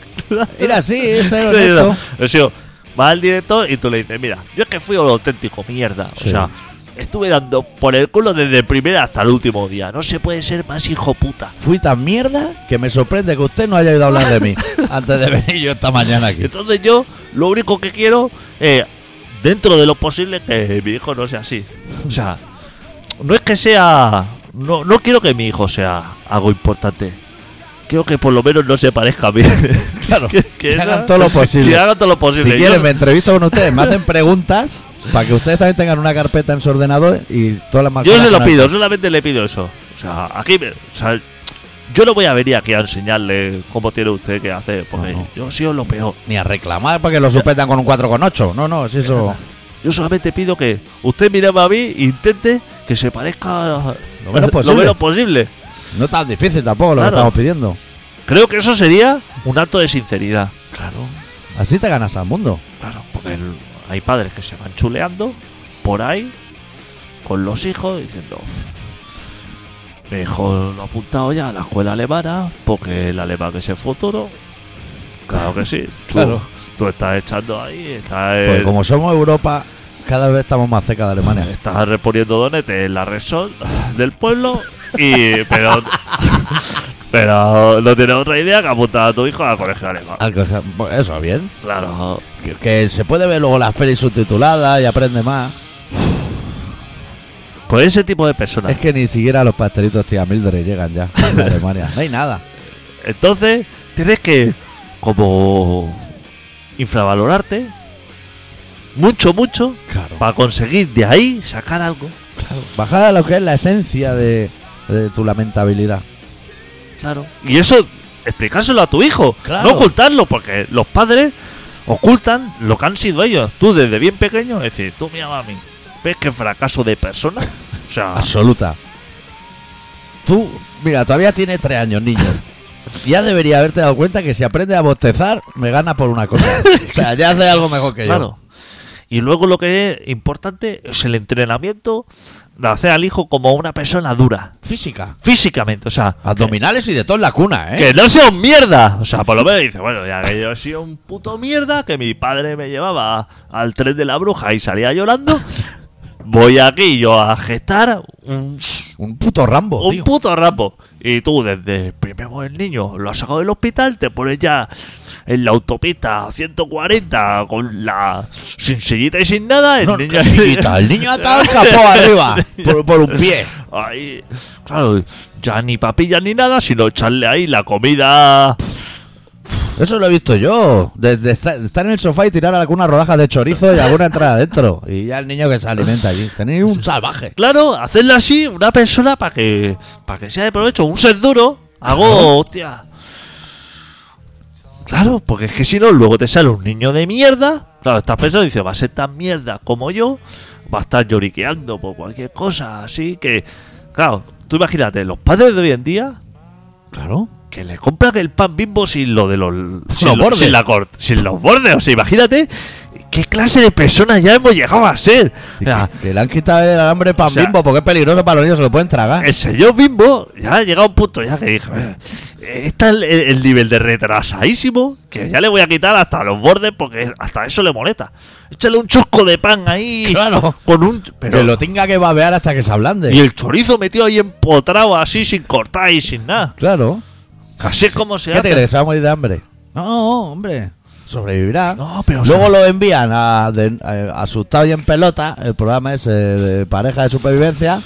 Era así, ser honesto.
He sido- va al director y tú le dices, mira, yo es que fui un auténtico mierda.
Sí.
O sea, estuve dando por el culo desde el primer hasta el último día. No se puede ser más hijo puta.
Fui tan mierda que me sorprende que usted no haya oído hablar de mí antes de venir yo esta mañana aquí.
Entonces yo lo único que quiero es, dentro de lo posible, que mi hijo no sea así. O sea, no es que sea... No, no quiero que mi hijo sea algo importante. Quiero que por lo menos no se parezca a mí.
Claro,
que, que
que hagan
no-
todo lo posible.
Que hagan todo lo
Si
posible. Yo-
quieren, me entrevisto con ustedes, me hacen preguntas para que ustedes también tengan una carpeta en su ordenador y todas las
yo
marcas.
se lo pido, solamente le pido eso. O sea, aquí... me- o sea, yo no voy a venir aquí a enseñarle cómo tiene usted que hacer, porque
No, no.
yo he sido lo peor.
Ni a reclamar para que lo suspendan con un 4,8. No, no, si eso.
Yo solamente pido que usted mire a mí e intente que se parezca
Lo menos posible.
posible.
No es tan difícil tampoco lo
Claro.
que estamos pidiendo.
Creo que eso sería un acto de sinceridad. Claro,
Así te ganas al mundo.
claro, porque el- hay padres que se van chuleando por ahí con los hijos diciendo. "Uf, Mi hijo lo ha apuntado ya a la escuela alemana porque el alemán que es el futuro. Claro que sí. Tú,
Claro.
tú estás echando ahí, estás,
Porque
eh,
como somos Europa, cada vez estamos más cerca de Alemania.
estás reponiendo donetes en la red sol del pueblo y pero pero no tienes otra idea que apuntar a tu hijo al colegio alemán.
Al coger- pues Eso, bien.
Claro.
Que, que se puede ver luego las pelis subtituladas y aprende más.
Con ese tipo de personas.
Es que ni siquiera los pastelitos tía Mildred llegan ya a Alemania. No hay nada.
Entonces, tienes que como infravalorarte mucho, mucho
Claro.
para conseguir de ahí sacar algo.
Bajar a lo que es la esencia de, de tu lamentabilidad.
Claro. Y eso, explicárselo a tu hijo.
Claro.
No ocultarlo, porque los padres ocultan lo que han sido ellos. Tú desde bien pequeño, es decir, tú mira mami, ves que fracaso de persona. O sea,
Absoluta. Tú, mira, todavía tiene tres años, niño. Ya debería haberte dado cuenta que si aprende a bostezar, me gana por una cosa. O sea, ya hace algo mejor que yo.
claro. Y luego lo que es importante es el entrenamiento de hacer al hijo como una persona dura,
Física.
físicamente, o sea, que-
Abdominales y de todo en la cuna, ¿eh?
Que no sea un mierda. O sea, por lo menos dice, bueno, ya que yo he sido un puto mierda, que mi padre me llevaba al tren de la bruja y salía llorando. Voy aquí yo a gestar un,
Un puto Rambo,
un
Oh, tío.
puto rapo. Y tú, desde primero el niño, lo has sacado del hospital, te pones ya en la autopista a 140 con la sin sillita y sin nada. El
No,
niño
qué chiquita, el niño atado al capó arriba por, por un pie.
Ahí, claro, ya ni papilla ni nada, sino echarle ahí la comida
Eso lo he visto yo. Desde esta- estar, en el sofá y tirar alguna rodaja de chorizo y alguna entrada adentro. Y ya el niño que se alimenta allí. Tenéis un salvaje.
Claro, hacerla así, una persona para que para que sea de provecho, un ser duro, hago, hostia. Claro, porque es que si no, luego te sale un niño de mierda. Claro, estás pensando, dice, va a ser tan mierda como yo, va a estar lloriqueando por cualquier cosa, así que. Claro, tú imagínate, los padres de hoy en día,
Claro.
que le compran el pan bimbo sin lo de los. Sin,
los
lo-
bordes.
sin la cor- sin los bordes, o sea, imagínate qué clase de personas ya hemos llegado a ser. O sea,
Que le han quitado el alambre pan
O sea-
bimbo porque es peligroso para los niños, se lo pueden tragar.
el señor Bimbo ya ha llegado a un punto ya que dijo, "Eh, está el, el- el nivel de retrasadísimo que ya le voy a quitar hasta los bordes porque hasta eso le molesta. Échale un chusco de pan ahí
Claro.
con un pero
que lo tenga que babear hasta que se ablande.
y el chorizo metido ahí empotrado así sin cortar y sin nada.
Claro.
Así es como se
¿Qué te
hace.
crees? ¿Se va a morir de hambre? No, hombre. Sobrevivirá.
No, pero
Luego lo envían a, de- a- asustado y en pelota, el programa ese de pareja de supervivencia,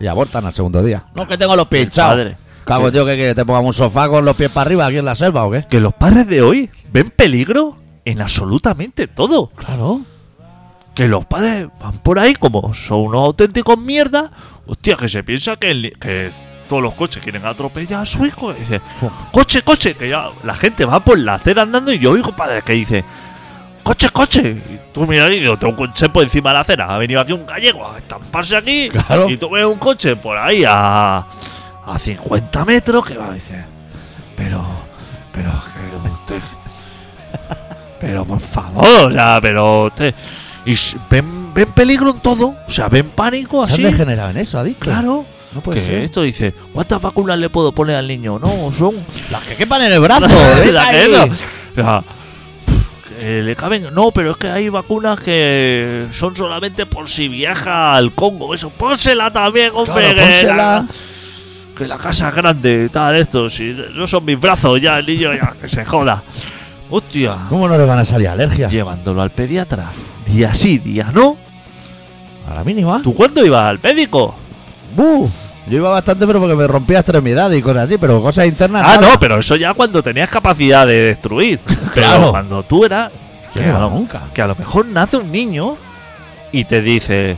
y, y abortan al segundo día. No, que tengo los pies hinchados.
Padre.
Cago yo que, que te pongamos un sofá con los pies para arriba aquí en la selva o qué.
que los padres de hoy ven peligro en absolutamente todo. Claro. Que los padres van por ahí como son unos auténticos mierda. Hostia, que se piensa que, el- que todos los coches quieren atropellar a su hijo. Y dice, coche, coche, que ya la gente va por la acera andando y yo oigo padres que dice, coche, coche. Y tú miras y digo, tengo un coche por encima de la acera. Ha venido aquí un gallego a estamparse aquí.
Claro.
Y tú ves un coche por ahí a, a 50 metros que va y dice, pero, pero, que usted. Pero por favor, o sea, pero usted. Y s- ven, ven peligro en todo, o sea, ven pánico
Se han
así.
degenerado en eso, adicto.
Oh, Claro.
No puede
que
ser.
esto dice, ¿cuántas vacunas le puedo poner al niño? No, son.
Las que quepan en el brazo. vete
La que
ahí.
no. O sea, que le caben. No, pero es que hay vacunas que son solamente por si viaja al Congo. Eso, pónsela también, hombre.
Claro,
que,
pónsela.
la, que la casa es grande, tal, esto. Si no son mis brazos, ya el niño ya que se joda. Hostia.
¿Cómo no le van a salir alergias?
Llevándolo al pediatra. Día sí, día no.
A la mínima.
¿Tú cuándo ibas al médico?
Buh. Yo iba bastante, pero porque me rompía extremidades y cosas así, pero cosas internas.
Ah,
nada.
no, pero eso ya cuando tenías capacidad de destruir.
Claro.
Pero cuando tú eras.
Yo
Que,
no
a lo-
nunca.
que a lo mejor nace un niño y te dice.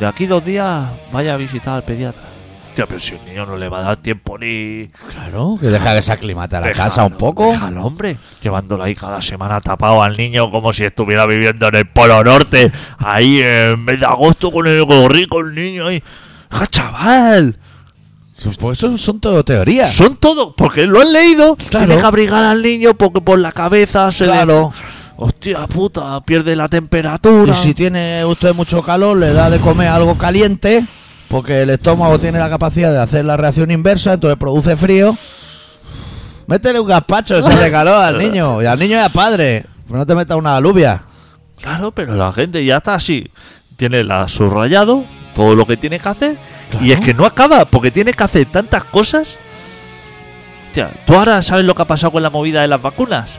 De aquí dos días vaya a visitar al pediatra. Tío, pero si un niño no le va a dar tiempo ni.
Claro, que deja que se aclimate a la
Déjalo,
casa un poco.
Déjalo, hombre. Llevándolo ahí cada semana tapado al niño como si estuviera viviendo en el Polo Norte. Ahí en mes de agosto con el gorrico, el niño ahí. ¡Ja, chaval!
Pues eso son todo teorías.
Son todo, porque lo han leído.
Claro.
Tiene que abrigar al niño porque por la cabeza se le-
Claro.
Hostia puta, pierde la temperatura.
Y si tiene usted mucho calor, le da de comer algo caliente, porque el estómago tiene la capacidad de hacer la reacción inversa, entonces produce frío. Métele un gazpacho, eso de calor al niño, y al niño y al padre. Pero no te metas una alubia.
Claro, pero la gente ya está así. Tiene la subrayado, todo lo que tiene que hacer. Y es que no acaba, porque tiene que hacer tantas cosas. Hostia, ¿tú ahora sabes lo que ha pasado con la movida de las vacunas?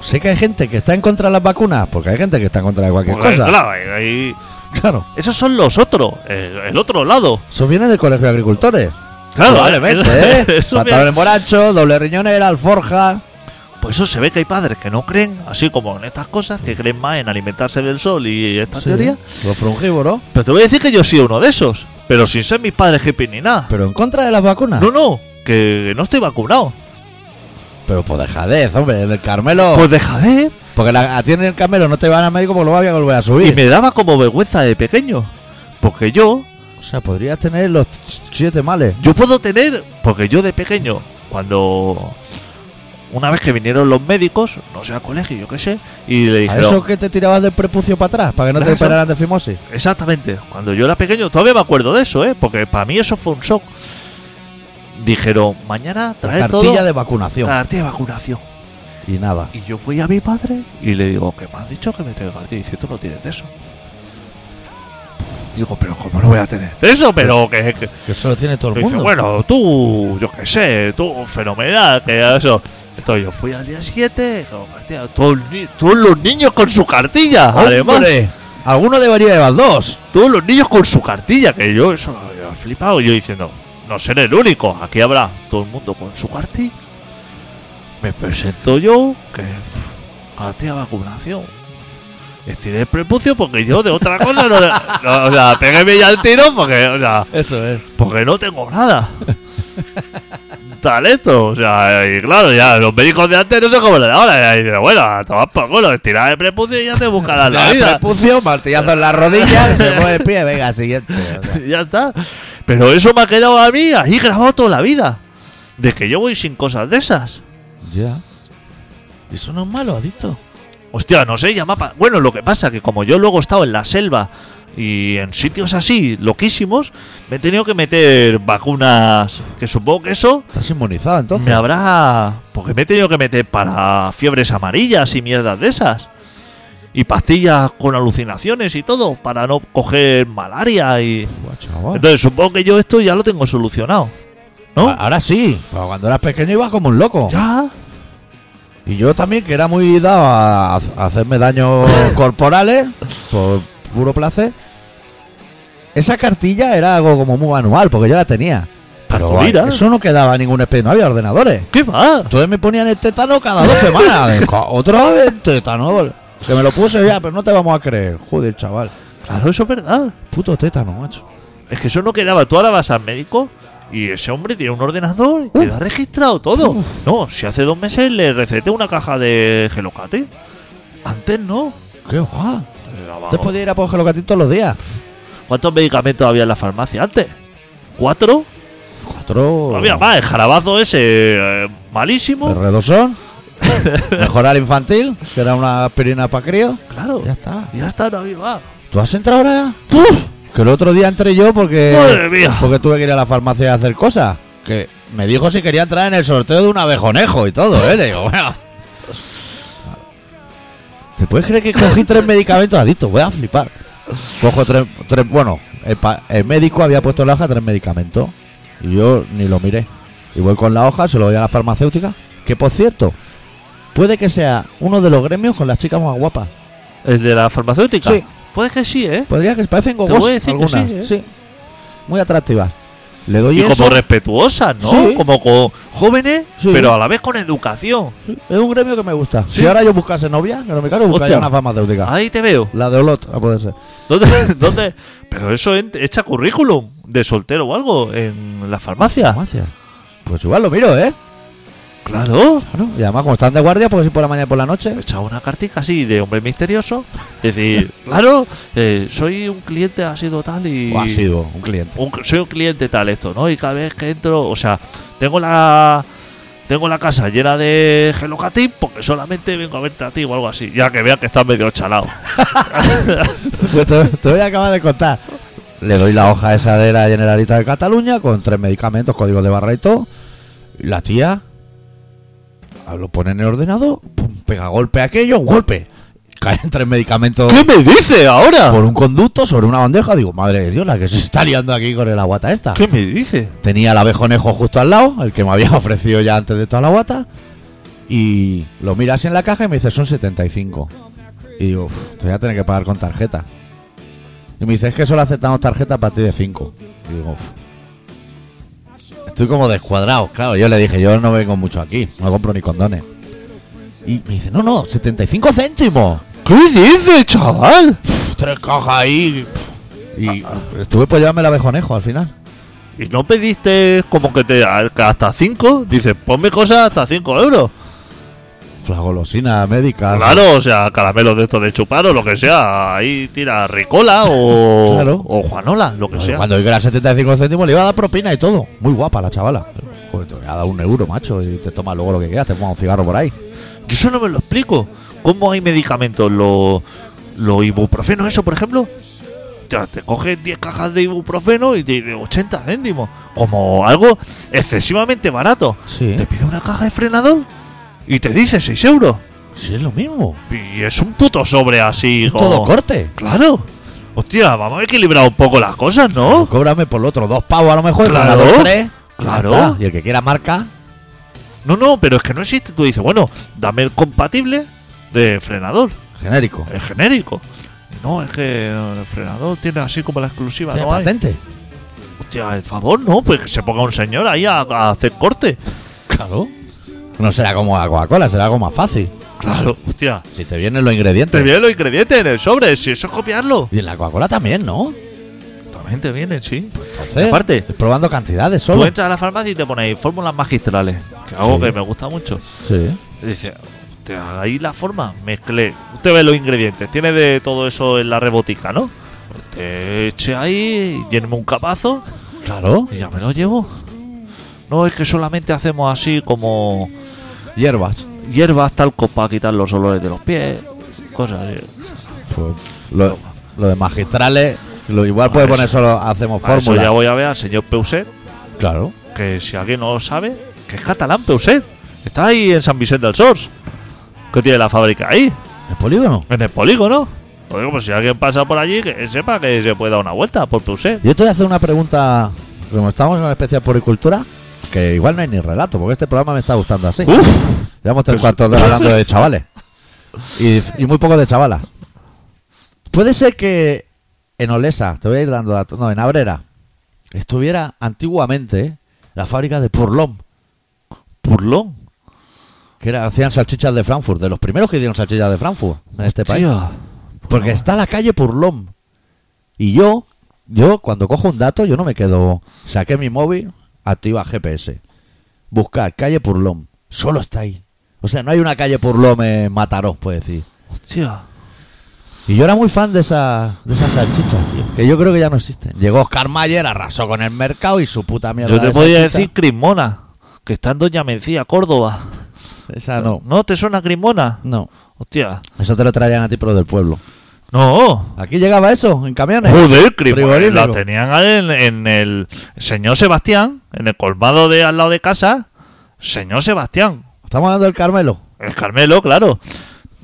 Sé que hay gente que está en contra de las vacunas, porque hay gente que está en contra de cualquier
Porque,
cosa.
Pues, claro, ahí- ahí-
Claro.
esos son los otros, el, el otro lado.
Eso viene del Colegio de Agricultores.
Claro,
Probablemente, ¿eh?
eso viene-
Pantalones borrachos, doble riñonera, alforja.
Pues eso se ve que hay padres que no creen, así como en estas cosas, que creen más en alimentarse del sol y estas
Sí,
teorías.
Los frungívoros.
Pero te voy a decir que yo soy uno de esos, pero sin ser mis padres hippies ni nada.
Pero ah. en contra de las vacunas.
No, no, que no estoy vacunado.
Pero por dejadez, hombre, el Carmelo.
Pues deja de.
porque la atiende el Carmelo, no te van al médico porque lo voy a volver a
Y
subir.
me daba como vergüenza de pequeño. Porque yo,
O sea, podrías tener los siete males.
yo puedo tener, porque yo de pequeño, cuando. Una vez que vinieron los médicos, no sé, al colegio, yo qué sé, y le
¿A
dijeron.
eso que te tirabas del prepucio para atrás? Para que no te
Claro, eso.
operaran de fimosis.
Exactamente. Cuando yo era pequeño, todavía me acuerdo de eso, ¿eh? Porque para mí eso fue un shock. Dijeron, mañana
La
trae
cartilla
todo. Ah.
de vacunación.
la cartilla de vacunación.
Y nada.
Y yo fui a mi padre y le digo, que me han dicho que me traiga. Y dice, tú no tienes eso. Digo, pero ¿cómo no voy a tener eso? Pero que. que-
Que eso lo tiene todo el
Pues dice,
mundo.
bueno, tú, yo qué sé, tú, fenomenal, que eso. Entonces yo fui al día 7, con cartilla, todos, los ni- todos los niños con su cartilla, además.
¡Hombre! Alguno debería llevar dos.
todos los niños con su cartilla, que yo eso he flipado, yo diciendo, no seré el único, aquí habrá todo el mundo con su cartilla. Me presento yo, que uf, cartilla de vacunación. Estoy de prepucio porque yo de otra cosa no, no, o sea, pégueme ya el tiro porque, o sea,
Eso es.
porque no tengo nada. Talento, o sea, y claro, ya los médicos de antes no sé cómo lo de ahora, y pero bueno, a tomar por culo, estirar de prepucio y ya te buscarás la vida.
prepucio, martillazo en la rodilla, se mueve el pie. Venga, siguiente. O sea,
Y ya está. Pero eso me ha quedado a mí ahí grabado toda la vida. De que yo voy sin cosas de esas.
Ya. Eso no es malo, adicto.
Hostia, no sé, ya me ha pa- Bueno, lo que pasa que como yo luego he estado en la selva y en sitios así, loquísimos, me he tenido que meter vacunas. Que supongo que eso
Estás inmunizado, entonces.
me habrá. Porque me he tenido que meter para fiebres amarillas y mierdas de esas. Y pastillas con alucinaciones y todo, para no coger malaria y.
Buah, chaval.
Entonces supongo que yo esto ya lo tengo solucionado. ¿No?
A- Ahora sí. Pero cuando eras pequeño ibas como un loco.
Ya.
Y yo también, que era muy dado a, a hacerme daños corporales, por puro placer. Esa cartilla era algo como muy manual, porque yo la tenía. Pero
Cartulina.
eso no quedaba en ningún especie, no había ordenadores.
¿Qué va?
Entonces me ponían el tétano cada dos semanas. Ca- Otra vez el tétano. Que me lo puse ya, pero no te vamos a creer. Joder, chaval.
Claro, eso es verdad.
Puto tétano, macho.
Es que eso no quedaba. Tú ahora vas al médico y ese hombre tiene un ordenador y te
Uh.
lo ha registrado todo. No, si hace dos meses le receté una caja de gelocate. Antes no.
¿Qué va?
Era,
Usted
vamos,
podía ir a por gelocatín todos los días.
¿Cuántos medicamentos había en la farmacia antes? ¿Cuatro?
Cuatro.
Había más. El jarabazo ese eh, malísimo.
El redosón. Mejorar infantil, que era una aspirina para crío.
claro.
Ya está.
Ya está, no había más.
¿Tú has entrado ahora ya?
¡Puf!
Que el otro día entré yo porque.
Madre mía.
Porque tuve que ir a la farmacia a hacer cosas. Que me dijo si quería entrar en el sorteo de un abejonejo y todo, ¿eh? Le digo, bueno. ¿Te puedes creer que cogí tres medicamentos adictos? Voy a flipar. Cojo tres. tres- bueno, el, pa- el médico había puesto en la hoja tres medicamentos. Y yo ni lo miré. Y voy con la hoja, se lo doy a la farmacéutica. Que por cierto, puede que sea uno de los gremios con las chicas más guapas.
¿El de la farmacéutica?
Sí.
Puede que sí, ¿eh?
Podría que parecen
voy a
gogos
decir que
algunas.
sí, ¿eh?
Muy atractivas. Le doy
Y,
eso.
como respetuosas, ¿no?
Sí.
Como con jóvenes,
Sí.
pero a la vez con educación.
Sí, Es un gremio que me gusta.
Sí.
Si ahora yo buscase novia, que no me caro, buscaría
Hostia. Ah.
una farmacéutica.
Ahí te veo.
La de Olot, a poder ser.
¿Dónde, dónde? Pero eso en- echa currículum de soltero o algo en la farmacia.
Farmacia. Pues igual lo miro, ¿eh?
Claro.
Claro. Y además, como están de guardia, pues ir por la mañana y por la noche.
Echa una cartica así de hombre misterioso. Es decir, claro, eh, soy un cliente ha sido tal y.
O ha sido un cliente.
un- soy un cliente tal esto, ¿no? Y cada vez que entro, o sea, tengo la Tengo la casa llena de gelocatín porque solamente vengo a verte a ti o algo así. Ya que vea que estás medio chalado. Oh.
Pues te, te voy a acabar de contar. Le doy la hoja esa de la Generalita de Cataluña con tres medicamentos, códigos de barra y todo. Y la tía ah, lo pone en el ordenador, pum, pega golpe a aquello, un golpe. Caen tres medicamentos
¿Qué me dice ahora?
por un conducto sobre una bandeja. Digo, madre de Dios, la que se está liando aquí con el aguata esta.
¿Qué me dice?
Tenía el abejonejo justo al lado, el que me había ofrecido ya antes de toda la guata. Y lo miras en la caja y me dice, son 75. Y digo, "Uf, te voy a tener que pagar con tarjeta. Y me dice, es que solo aceptamos tarjeta a partir de 5. Y digo, "Uf". estoy como descuadrado. Claro, yo le dije, yo no vengo mucho aquí, no compro ni condones. Y me dice, no, no, 75 céntimos.
¿Qué dice, chaval?
Pf, tres cajas ahí. pf. Y estuve por llevarme el abejonejo al final.
¿Y no pediste como que te a- que hasta 5? Dices, ponme cosas hasta 5 euros.
Flagolosina médica.
Claro, o sea, caramelos de estos de chupar o lo que sea. Ahí tira Ricola o,
Claro.
o Juanola, lo que
Oye,
sea.
Cuando vi que era 75 céntimos le iba a dar propina y todo. Muy guapa la chavala. Joder, te voy a dar un euro, macho, y te tomas luego lo que quieras, te pones un cigarro por ahí.
Yo eso no me lo explico. ¿Cómo hay medicamentos? Los lo ibuprofeno, eso, por ejemplo. Ya, te coges 10 cajas de ibuprofeno y te de 80 céntimos. Como algo excesivamente barato.
Sí.
Te pide una caja de frenador y te dice 6 euros.
Sí, es lo mismo.
Y es un puto sobre así.
Es
como-
todo corte.
Claro. Hostia, vamos a equilibrar un poco las cosas, ¿no?
Pues Cóbrame por lo otro dos pavos a lo mejor. y
Oh. Claro,
gana dos, tres.
claro.
Ya está. Y el que quiera marca.
No, no, pero es que no existe. Tú dices, bueno, dame el compatible de frenador.
Genérico.
Es genérico. No, es que el frenador tiene así como la exclusiva.
Tiene
¿no? hay.
patente.
Hostia, el favor, no, pues que se ponga un señor ahí a, a hacer corte.
Claro. No será como la Coca-Cola, será algo más fácil.
Claro, hostia.
Si te vienen los ingredientes.
Te vienen los ingredientes en el sobre, si eso es copiarlo.
Y en la Coca-Cola también, ¿no?
También te vienen, sí.
Entonces,
Aparte,
probando cantidades
tú
solo.
entras a la farmacia y te pones fórmulas magistrales, que algo
Sí.
que me gusta mucho.
Sí.
Y dice, hostia, ahí la forma, mezclé. Usted ve los ingredientes, tiene de todo eso en la rebotica, ¿no? Pues Te eche ahí, lléneme un capazo
Claro.
y Pues ya me lo llevo. No, es que solamente hacemos así como
Hierbas.
hierbas, talco para quitar los olores de los pies, cosas así.
Pues, lo, lo de magistrales, lo igual puede
Para
poner solo hacemos
Para eso ya
fórmula.
voy a ver al señor Peuset,
Claro.
que si alguien no lo sabe, que es catalán Peuset. Está ahí en San Vicente del Sors, que tiene la fábrica ahí,
¿El polígono?
en el polígono. Lo digo, pues si alguien pasa por allí, que sepa que se puede dar una vuelta por Peuset.
Yo te voy a hacer una pregunta, como estamos en una especial puricultura, que igual no hay ni relato, porque este programa me está gustando así.
Uf,
Llevamos tres
Pues-
cuartos de hora hablando de chavales. Y, y muy poco de chavalas. Puede ser que en Olesa, te voy a ir dando datos, no, en Abrera, estuviera antiguamente la fábrica de Purlón,
burlón.
que era- hacían salchichas de Frankfurt, de los primeros que hicieron salchichas de Frankfurt en este país.
Tío.
Porque está la calle Purlón. Y yo, yo cuando cojo un dato, yo no me quedo. Saqué mi móvil, activa GPS. Buscar calle Purlón. Solo está ahí. O sea, no hay una calle Purlón en Mataró, puede decir.
Hostia.
Y yo era muy fan de, esa, de esas salchichas, tío. Que yo creo que ya no existen. Llegó Oscar Mayer, arrasó con el mercado y su puta mierda.
Yo te
de
podía
salchicha.
decir Crismona, que está en Doña Mencía, Córdoba.
Esa Ah, no.
¿No te suena Crismona?
No.
Hostia.
Eso te lo traían a ti, pero del pueblo.
No.
Aquí llegaba eso, en camiones.
Joder, Crismona.
Frigorífico.
La tenían en, en el señor Sebastián, en el colmado de al lado de casa. Señor Sebastián.
Estamos hablando del Carmelo.
El Carmelo, claro.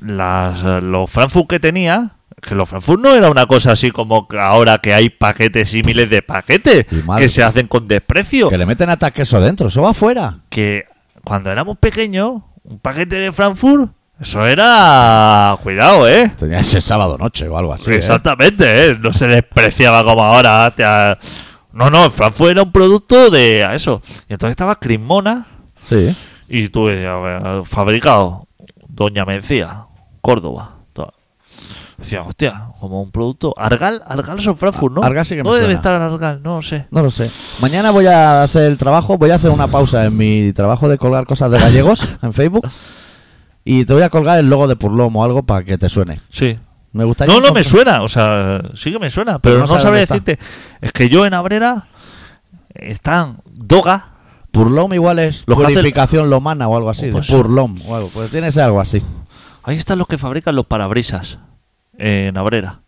Las, eh, los Frankfurt que tenía, que los Frankfurt no era una cosa así como que ahora que hay paquetes y miles de paquetes
Y madre.
que se hacen con desprecio.
Que le meten hasta queso dentro. Eso va afuera.
que cuando éramos pequeños, un paquete de Frankfurt, eso era. Cuidado, ¿eh?
Tenía ese sábado noche o algo así. ¿eh?
Exactamente, ¿eh? No se despreciaba como ahora. te ha- No, no, Frankfurt era un producto de a eso. Y entonces estaba Crismona
Sí.
y tú eh, decías, "Bueno, fabricado Doña Mencía, Córdoba. Todo. Decía, hostia, como un producto. Argal, Argal son Frankfurt, ¿no?
Argal sí que me
¿Dónde debe
suena.
estar Argal? No lo sé.
No lo sé. Mañana voy a hacer el trabajo, voy a hacer una pausa en mi trabajo de colgar cosas de gallegos en Facebook. Y te voy a colgar el logo de Purlomo o algo para que te suene.
Sí,
Me gustaría.
No, no me
encontrar-
suena, o sea, sí que me suena, pero,
Pero no
no,
sabe
sabré
dónde está.
decirte. Es que yo en Abrera están Doga,
Purlom igual es
Lo que hace-
purificación lomana o algo así.
Oh, pues-
de Purlom o algo. Pues tiene que ser algo así.
Ahí están los que fabrican los parabrisas en Abrera.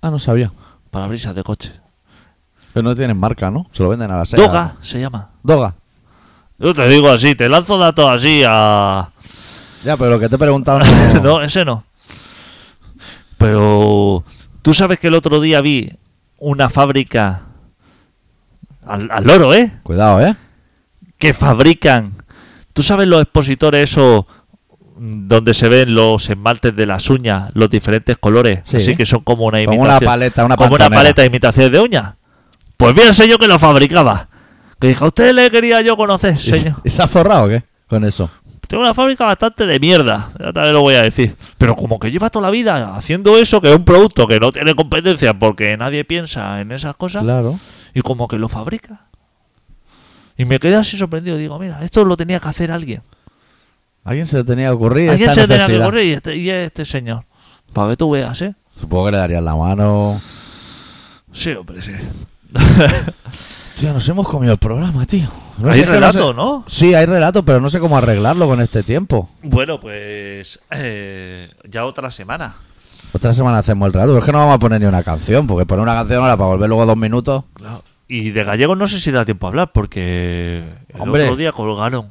Ah, no sabía.
Parabrisas de coche.
Pero no tienen marca, ¿no? Se lo venden a la SEA.
Doga se llama.
Doga.
Yo te digo así, te lanzo datos así a...
Ya, pero lo que te he preguntado no...
no, ese no. Pero tú sabes que el otro día vi una fábrica al, al loro, ¿eh?
Cuidado, ¿eh?
Que fabrican. ¿Tú sabes los expositores esos mm, donde se ven los esmaltes de las uñas, los diferentes colores?
Sí.
Así que son como una
Como
imitación.
una paleta, una
como una
pantonera.
paleta de imitación de uñas. Pues bien, sé yo que lo fabricaba. Que dije, a usted le quería yo conocer,
¿Y,
señor.
y se ha forrado o qué? Con eso.
Tengo una fábrica bastante de mierda, ya también lo voy a decir. Pero como que lleva toda la vida haciendo eso, que es un producto que no tiene competencia porque nadie piensa en esas cosas,
Claro.
y como que lo fabrica. Y me quedé así sorprendido, digo, mira, esto lo tenía que hacer alguien.
Alguien se le tenía que ocurrir
alguien
esta
se tenía que
necesidad.
correr y este, y este señor. Para que tú veas, ¿eh?
Supongo que le darían la mano.
Sí, hombre, sí.
Tío, nos hemos comido el programa, tío. No
Hay
sé qué, no sé-
relato, ¿no?
Sí, hay relato, pero no sé cómo arreglarlo con este tiempo.
Bueno, pues eh, ya otra semana.
Otra semana hacemos el relato. Pero es que no vamos a poner ni una canción, porque poner una canción ahora para volver luego dos minutos.
Claro. Y de gallegos no sé si da tiempo a hablar porque el
Hombre.
otro día colgaron.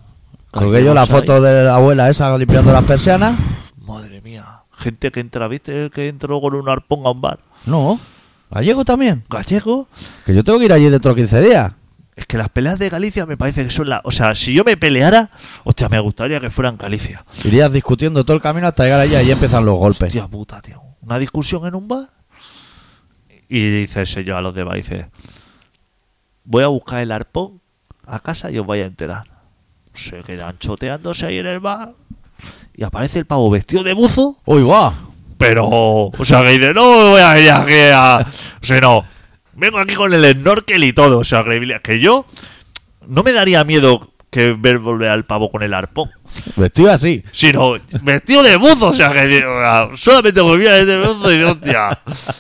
Colgué yo la
gallegos ahí.
foto de la abuela esa limpiando las persianas.
Madre mía. Gente que entra, ¿viste? Que entró con un arpón a un bar.
No. Gallego también.
Gallego.
Que yo tengo que ir allí dentro de 15 días.
Es que las peleas de Galicia me parece que son las... O sea, si yo me peleara, hostia, me gustaría que fueran Galicia.
Irías discutiendo todo el camino hasta llegar allí y ahí empiezan los golpes.
Hostia puta, tío. Una discusión en un bar. Y dice el señor a los demás, dice, voy a buscar el arpón a casa y os vais a enterar. Se quedan choteándose ahí en el bar. Y aparece el pavo vestido de buzo.
Uy, guau.
Pero, o sea, que dice, no me voy a venir aquí a. O sea, no. Vengo aquí con el snorkel y todo. O sea, que, que yo. No me daría miedo que ver volver al pavo con el arpón.
Vestido así.
Sino vestido de buzo. O sea, que o sea, solamente volvía de buzo y hostia.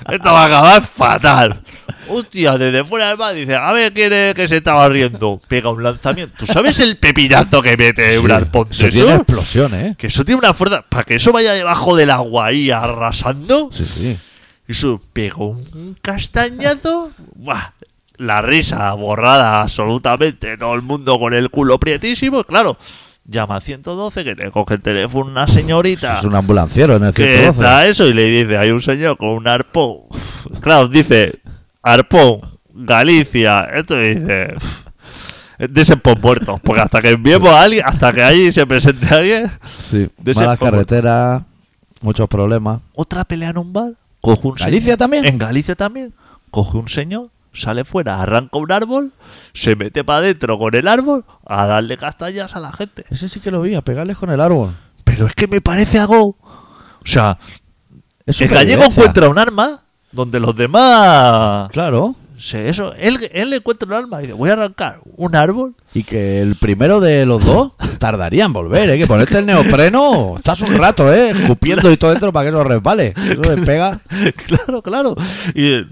Esto va a acabar fatal. Hostia, desde fuera del bar dice, a ver quién es que se estaba riendo. Pega un lanzamiento. ¿Tú sabes el pepillazo que mete un arpón? de
Se
eso?
tiene explosiones, ¿eh?
Que eso tiene una fuerza. Para que eso vaya debajo del agua ahí arrasando.
Sí, sí.
Y su pegó un castañazo. Buah, la risa borrada absolutamente. Todo el mundo con el culo prietísimo. Claro, llama al 112 que te coge el teléfono una señorita.
Es un ambulanciero en el
que
112.
está eso y le dice, hay un señor con un arpón. Uf, Claro, dice, arpón, Galicia. Esto dice... uf, Dicen por muertos, porque hasta que enviemos a alguien, hasta que allí se presente alguien,
Sí.
de ese
Malas
poco.
carreteras, muchos problemas.
otra pelea en un bar, coge un
¿Galicia
señor-
también?
En Galicia también. Coge un señor, sale fuera, arranca un árbol, se mete para adentro con el árbol a darle castañas a la gente.
Ese sí que lo vi, a pegarles con el árbol.
Pero es que me parece algo. O sea,
Es
el gallego
supervivencia.
encuentra un arma donde los demás.
Claro.
se- eso, él, él le encuentra un arma y dice: Voy a arrancar un árbol.
Y que el primero de los dos tardaría en volver, ¿eh? Que ponerte el neopreno, estás un rato, ¿eh? Escupiendo y todo dentro para que no resbale. Eso despega.
claro, claro. Y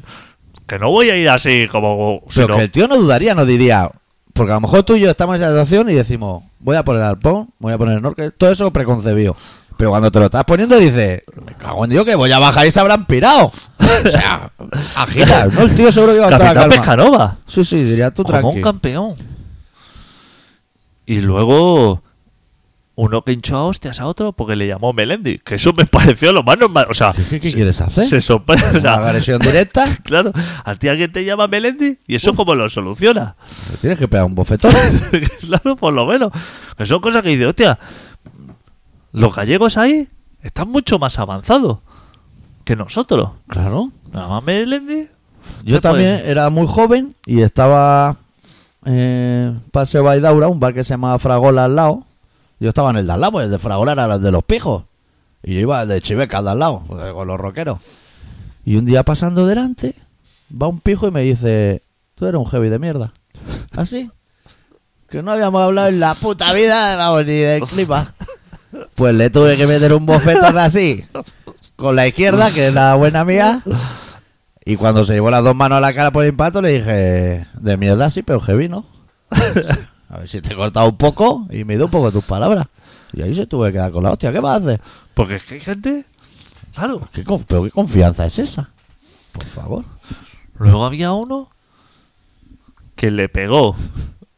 que no voy a ir así como.
Pero
sino-
que el tío no dudaría, no diría. Porque a lo mejor tú y yo estamos en esa situación y decimos, voy a poner arpón, voy a poner el norte, todo eso preconcebido. Pero cuando te lo estás poniendo dices, me cago en Dios que voy a bajar y se habrán pirado. O sea, agita, ¿no? El tío seguro que iba a estar
Capitán
calma.
Pescanova.
Sí, sí, diría tú
como un
tranquilo.
campeón. Y luego uno que hinchó a hostias a otro porque le llamó Melendi, que eso me pareció lo más normal. O sea,
¿Qué, qué
se-
quieres hacer?
Se sorprende. o
¿Una
sea,
agresión directa?
claro, al ti alguien te llama Melendi y eso como lo soluciona.
Le Tienes que pegar un bofetón.
claro, por lo menos. Que son cosas que dice, hostia, los gallegos ahí están mucho más avanzados que nosotros.
Claro.
Nada más Melendi.
Yo
¿Qué
también era muy joven y estaba eh, Paseo Baidaura, un bar que se llamaba Fragola al lado. Yo estaba en el de al lado, pues el de Fragola era el de los pijos. Y yo iba al de Chiveca al de al lado, pues, con los rockeros. Y un día pasando delante, va un pijo y me dice, tú eres un heavy de mierda. ¿Así? que no habíamos hablado en la puta vida, vamos, ni del clima. Pues le tuve que meter un bofetón así, con la izquierda, que es la buena mía. Y cuando se llevó las dos manos a la cara por el impacto, le dije, de mierda sí, pero heavy, ¿no? A ver si te he cortado un poco y me he ido un poco tus palabras. Y ahí se tuve que quedar con la hostia. ¿Qué vas a hacer?
Porque es que hay gente. Claro.
¿Qué, con- ¿Pero qué confianza es esa? Por favor.
Luego había uno que le pegó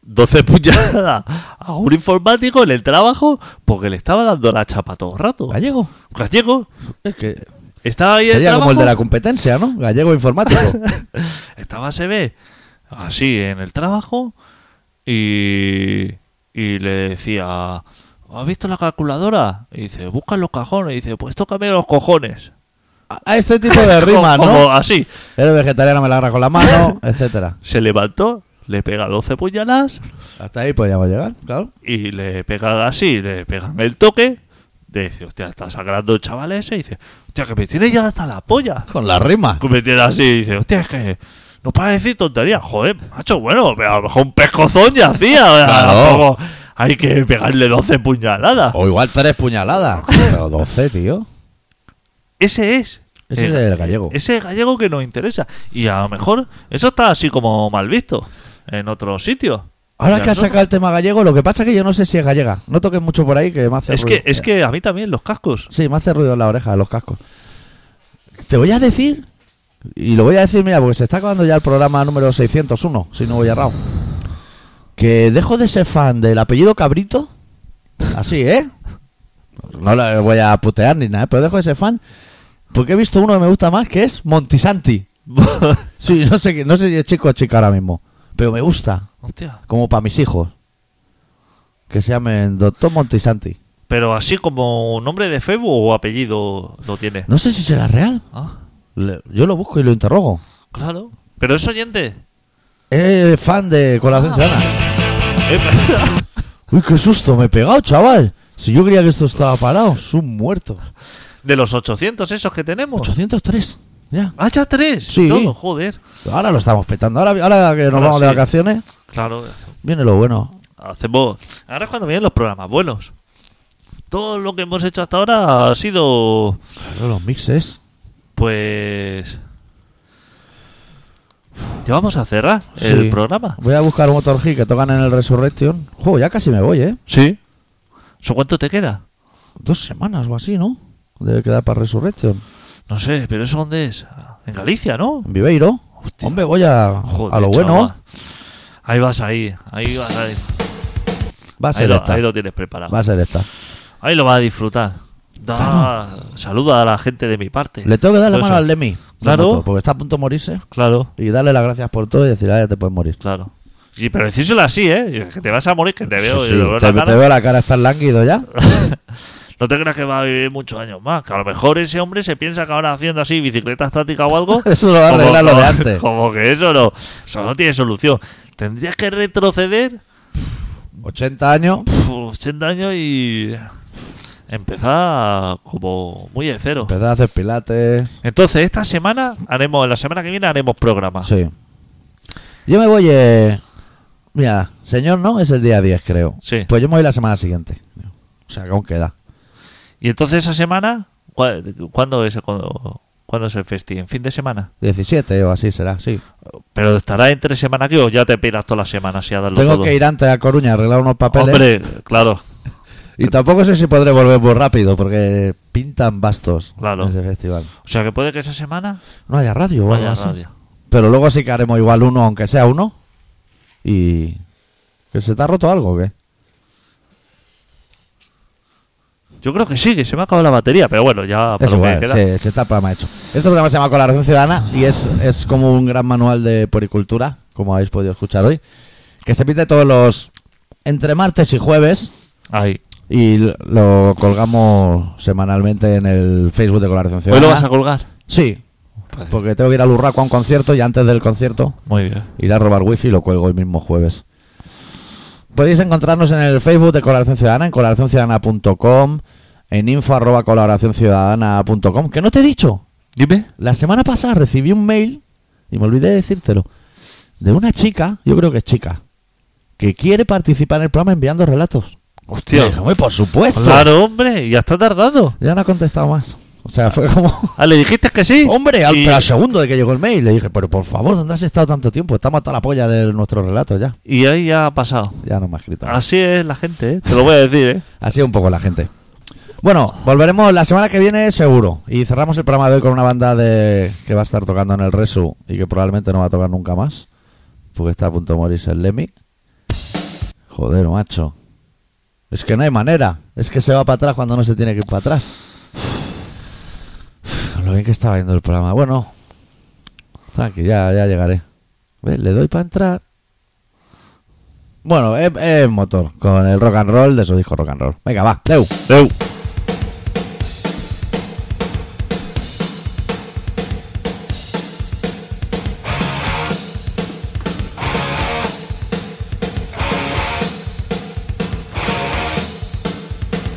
12 puñaladas a un informático en el trabajo porque le estaba dando la chapa todo el rato.
Gallego.
Gallego
Es que
estaba ahí en el
sería como el de la
trabajo,
competencia, ¿no? Gallego informático.
Estaba, se ve, así en el trabajo y, y le decía, ¿has visto la calculadora? Y dice, busca en los cajones. Y dice, pues tócame los cojones.
A este tipo de rimas, ¿no?
Como así.
Eres vegetariano, me la agarra con la mano, etcétera.
Se levantó, le pega 12 puñaladas
Hasta ahí podríamos llegar, claro.
y le pegan así, le pegan el toque, de dice, hostia, está sangrando el chaval ese, y dice, hostia, que me tiene ya hasta la polla.
Con la rima.
Que me tiene así, y dice, hostia, es que no para de decir tonterías, joder, macho, bueno, pero a lo mejor un pescozón ya hacía, o sea,
Claro.
tampoco hay que pegarle 12 puñaladas.
O igual tres puñaladas. Pero 12, tío.
Ese es. eh,
Ese es el gallego.
Ese gallego que nos interesa. Y a lo mejor eso está así como mal visto en otros sitios.
Ahora
Ya
que has
no.
sacado el tema gallego, lo que pasa es que yo no sé si es gallega. No toques mucho por ahí que me hace
Es
ruido.
que, es que a mí también los cascos.
Sí, me hace ruido en la oreja, los cascos. Te voy a decir, y lo voy a decir, mira, porque se está acabando ya el programa número 601, si no voy errado. Que dejo de ser fan del apellido Cabrito. Así, ¿eh? No le voy a putear ni nada, ¿eh? pero dejo de ser fan. Porque he visto uno que me gusta más, que es Montisanti. Sí, no sé, qué- no sé si es chico o chica ahora mismo. Pero me gusta,
Hostia.
como para mis hijos. Que se llamen Doctor Montisanti.
Pero así como nombre de Facebook o apellido lo tiene.
No sé si será real.
Ah,
Le- yo lo busco y lo interrogo.
claro. Pero es oyente.
Es fan de
Ah.
Colaboración Ciudadana.
Eh,
Uy, qué susto, me he pegado, chaval. Si yo creía que esto estaba parado, es un muerto.
De los 800 esos que tenemos.
803, ya.
Ah, ya tres.
Sí.
Todo, joder.
Ahora lo estamos petando. Ahora, ahora que nos
Ahora
vamos de
sí.
vacaciones,
Claro.
viene lo bueno.
Hacemos. Ahora es cuando vienen los programas buenos. Todo lo que hemos hecho hasta ahora ha sido.
Claro, los mixes.
Pues. Ya vamos a cerrar
Sí.
el programa.
Voy a buscar un Motor G que tocan en el Resurrection. Juego, ya casi me voy, ¿eh?
Sí. ¿So cuánto te queda?
Dos semanas o así, ¿no? Debe quedar para Resurrection.
No sé, pero ¿eso dónde es? En Galicia, ¿no?
En Viveiro.
Hostia.
Hombre, voy a,
Joder,
a lo bueno.
chaval. Ahí vas ahí, ahí vas ahí.
Va a
ahí,
ser
lo,
esta.
ahí lo tienes preparado.
Va a ser esta.
Ahí lo vas a disfrutar. Da- Saluda a la gente de mi parte.
Le tengo que dar la
Todo
mano
eso.
al Lemmy. de
Pues Claro.
moto, Porque está a punto de morirse.
Claro,
Y darle las gracias por todo y decir, ah, ya te puedes morir.
claro. Sí, pero decírselo así, ¿eh? Que te vas a morir, que te veo.
Sí,
y
sí,
te veo en
Te,
la
te
cara.
veo la cara, estás lánguido ya.
No te creas que va a vivir muchos años más. Que a lo mejor ese hombre se piensa que ahora haciendo así bicicleta estática o algo.
Eso lo va a
como-
arreglar lo de
como-
antes.
Como que eso no, eso no tiene solución. Tendrías que retroceder
80 años.
pf, 80 años y empezar como muy de cero.
Empezar a hacer pilates.
Entonces, esta semana haremos, la semana que viene haremos programa.
Sí. Yo me voy. eh, Mira, señor, ¿no? Es el día 10, creo.
Sí.
Pues yo me voy la semana siguiente. O sea, que aún queda.
Y entonces esa semana, ¿cuá- ¿cuándo es, el- cuándo, cuándo es el festi? ¿En fin de semana?
17 o así será, sí.
¿Pero estará entre semana aquí o ya te piras toda la semana así a darlo
Tengo
todo?
que ir antes a Coruña a arreglar unos papeles.
Hombre, claro.
Y tampoco sé si podré volver muy rápido porque pintan bastos
Claro.
en ese festival.
O sea, que puede que esa semana
No haya radio, o algo
vaya
así.
radio.
Pero luego sí que haremos igual uno, aunque sea uno. Y. ¿Que se te ha roto algo o qué?
Yo creo que sí, que se me ha acabado la batería, Ah, pero bueno, ya para
Eso,
lo que
vale,
queda.
sí, sí, está el programa hecho. Este programa se llama Colaboración Ciudadana y es, es como un gran manual de poricultura, como habéis podido escuchar hoy, que se pide todos los. entre martes y jueves
Ahí.
y l- lo colgamos semanalmente en el Facebook de Colaboración
Hoy
Ciudadana.
lo vas a colgar.
Sí, porque tengo que ir al Urraco a un concierto y antes del concierto
Muy bien.
iré a robar wifi y lo cuelgo el mismo jueves. Podéis encontrarnos en el Facebook de Colaboración Ciudadana, en colaboracionciudadana.com, en info arroba colaboracionciudadana.com, que no te he dicho.
Dime.
La semana pasada recibí un mail, y me olvidé de decírtelo, de una chica, yo creo que es chica, que quiere participar en el programa enviando relatos.
Hostia.
Y dije, "Hombre, por supuesto.
Claro, hombre, ya está tardado.
Ya no ha contestado más. O sea, fue como.
Ah, ¿le dijiste que sí?
Hombre, al,
Y-
pero al segundo de que llegó el mail le dije, pero por favor, ¿dónde has estado tanto tiempo? Está matado la polla de nuestro relato ya.
Y ahí ya ha pasado.
Ya no me ha escrito. nada.
Así es la gente, ¿eh? te lo voy a decir, ¿eh?
Así un poco la gente. Bueno, volveremos la semana que viene seguro. Y cerramos el programa de hoy con una banda de que va a estar tocando en el Resu y que probablemente no va a tocar nunca más. Porque está a punto de morirse el Lemmy. Joder, macho. Es que no hay manera. Es que se va para atrás cuando no se tiene que ir para atrás. Lo bien que estaba viendo el programa. Bueno, tranqui, ya, ya llegaré. Ve, Le doy para entrar. Bueno, es es motor con el rock and roll de su disco rock and roll. Venga, va, Deu.
Deu.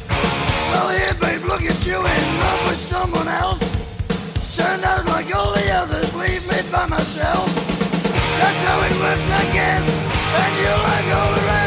Well, here, babe, look at you in love with someone else. Turned out like all the others, leave me by myself. That's how it works, I guess. And you like all the rest.